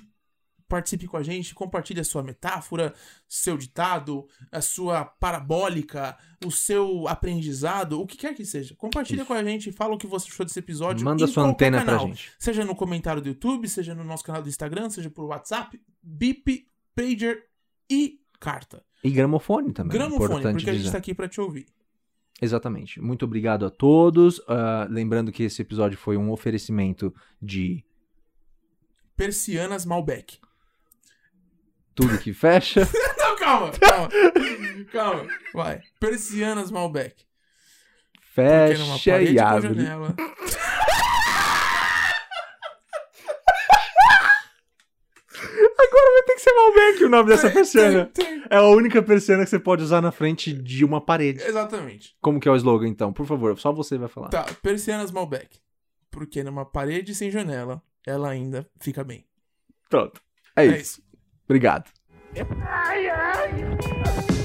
participe com a gente, compartilhe a sua metáfora, seu ditado, a sua parabólica, o seu aprendizado, o que quer que seja. Compartilha com a gente, fala o que você achou desse episódio.
Manda
em
sua
qualquer
antena pra
canal.
gente.
Seja no comentário do YouTube, seja no nosso canal do Instagram, seja por WhatsApp, bip, pager e carta.
E gramofone também.
Gramofone,
É importante
porque a gente
dizer.
tá aqui pra te ouvir.
Exatamente. Muito obrigado a todos. Ah, lembrando que esse episódio foi um oferecimento de
Persianas Malbec.
tudo que fecha.
Não, calma, calma. calma, vai. Persianas Malbec.
É
Porque numa
Fecha
parede
e
com
abre.
janela.
Agora vai ter que ser Malbec o nome dessa
Tem,
persiana.
tem, tem.
É a única persiana que você pode usar na frente de uma parede.
Exatamente.
Como que é o slogan, então? Por favor, só você vai falar.
Tá, Persianas Malbec. Porque numa parede sem janela, ela ainda fica bem.
Pronto. É
É
isso.
isso.
Obrigado.
Ai, ai.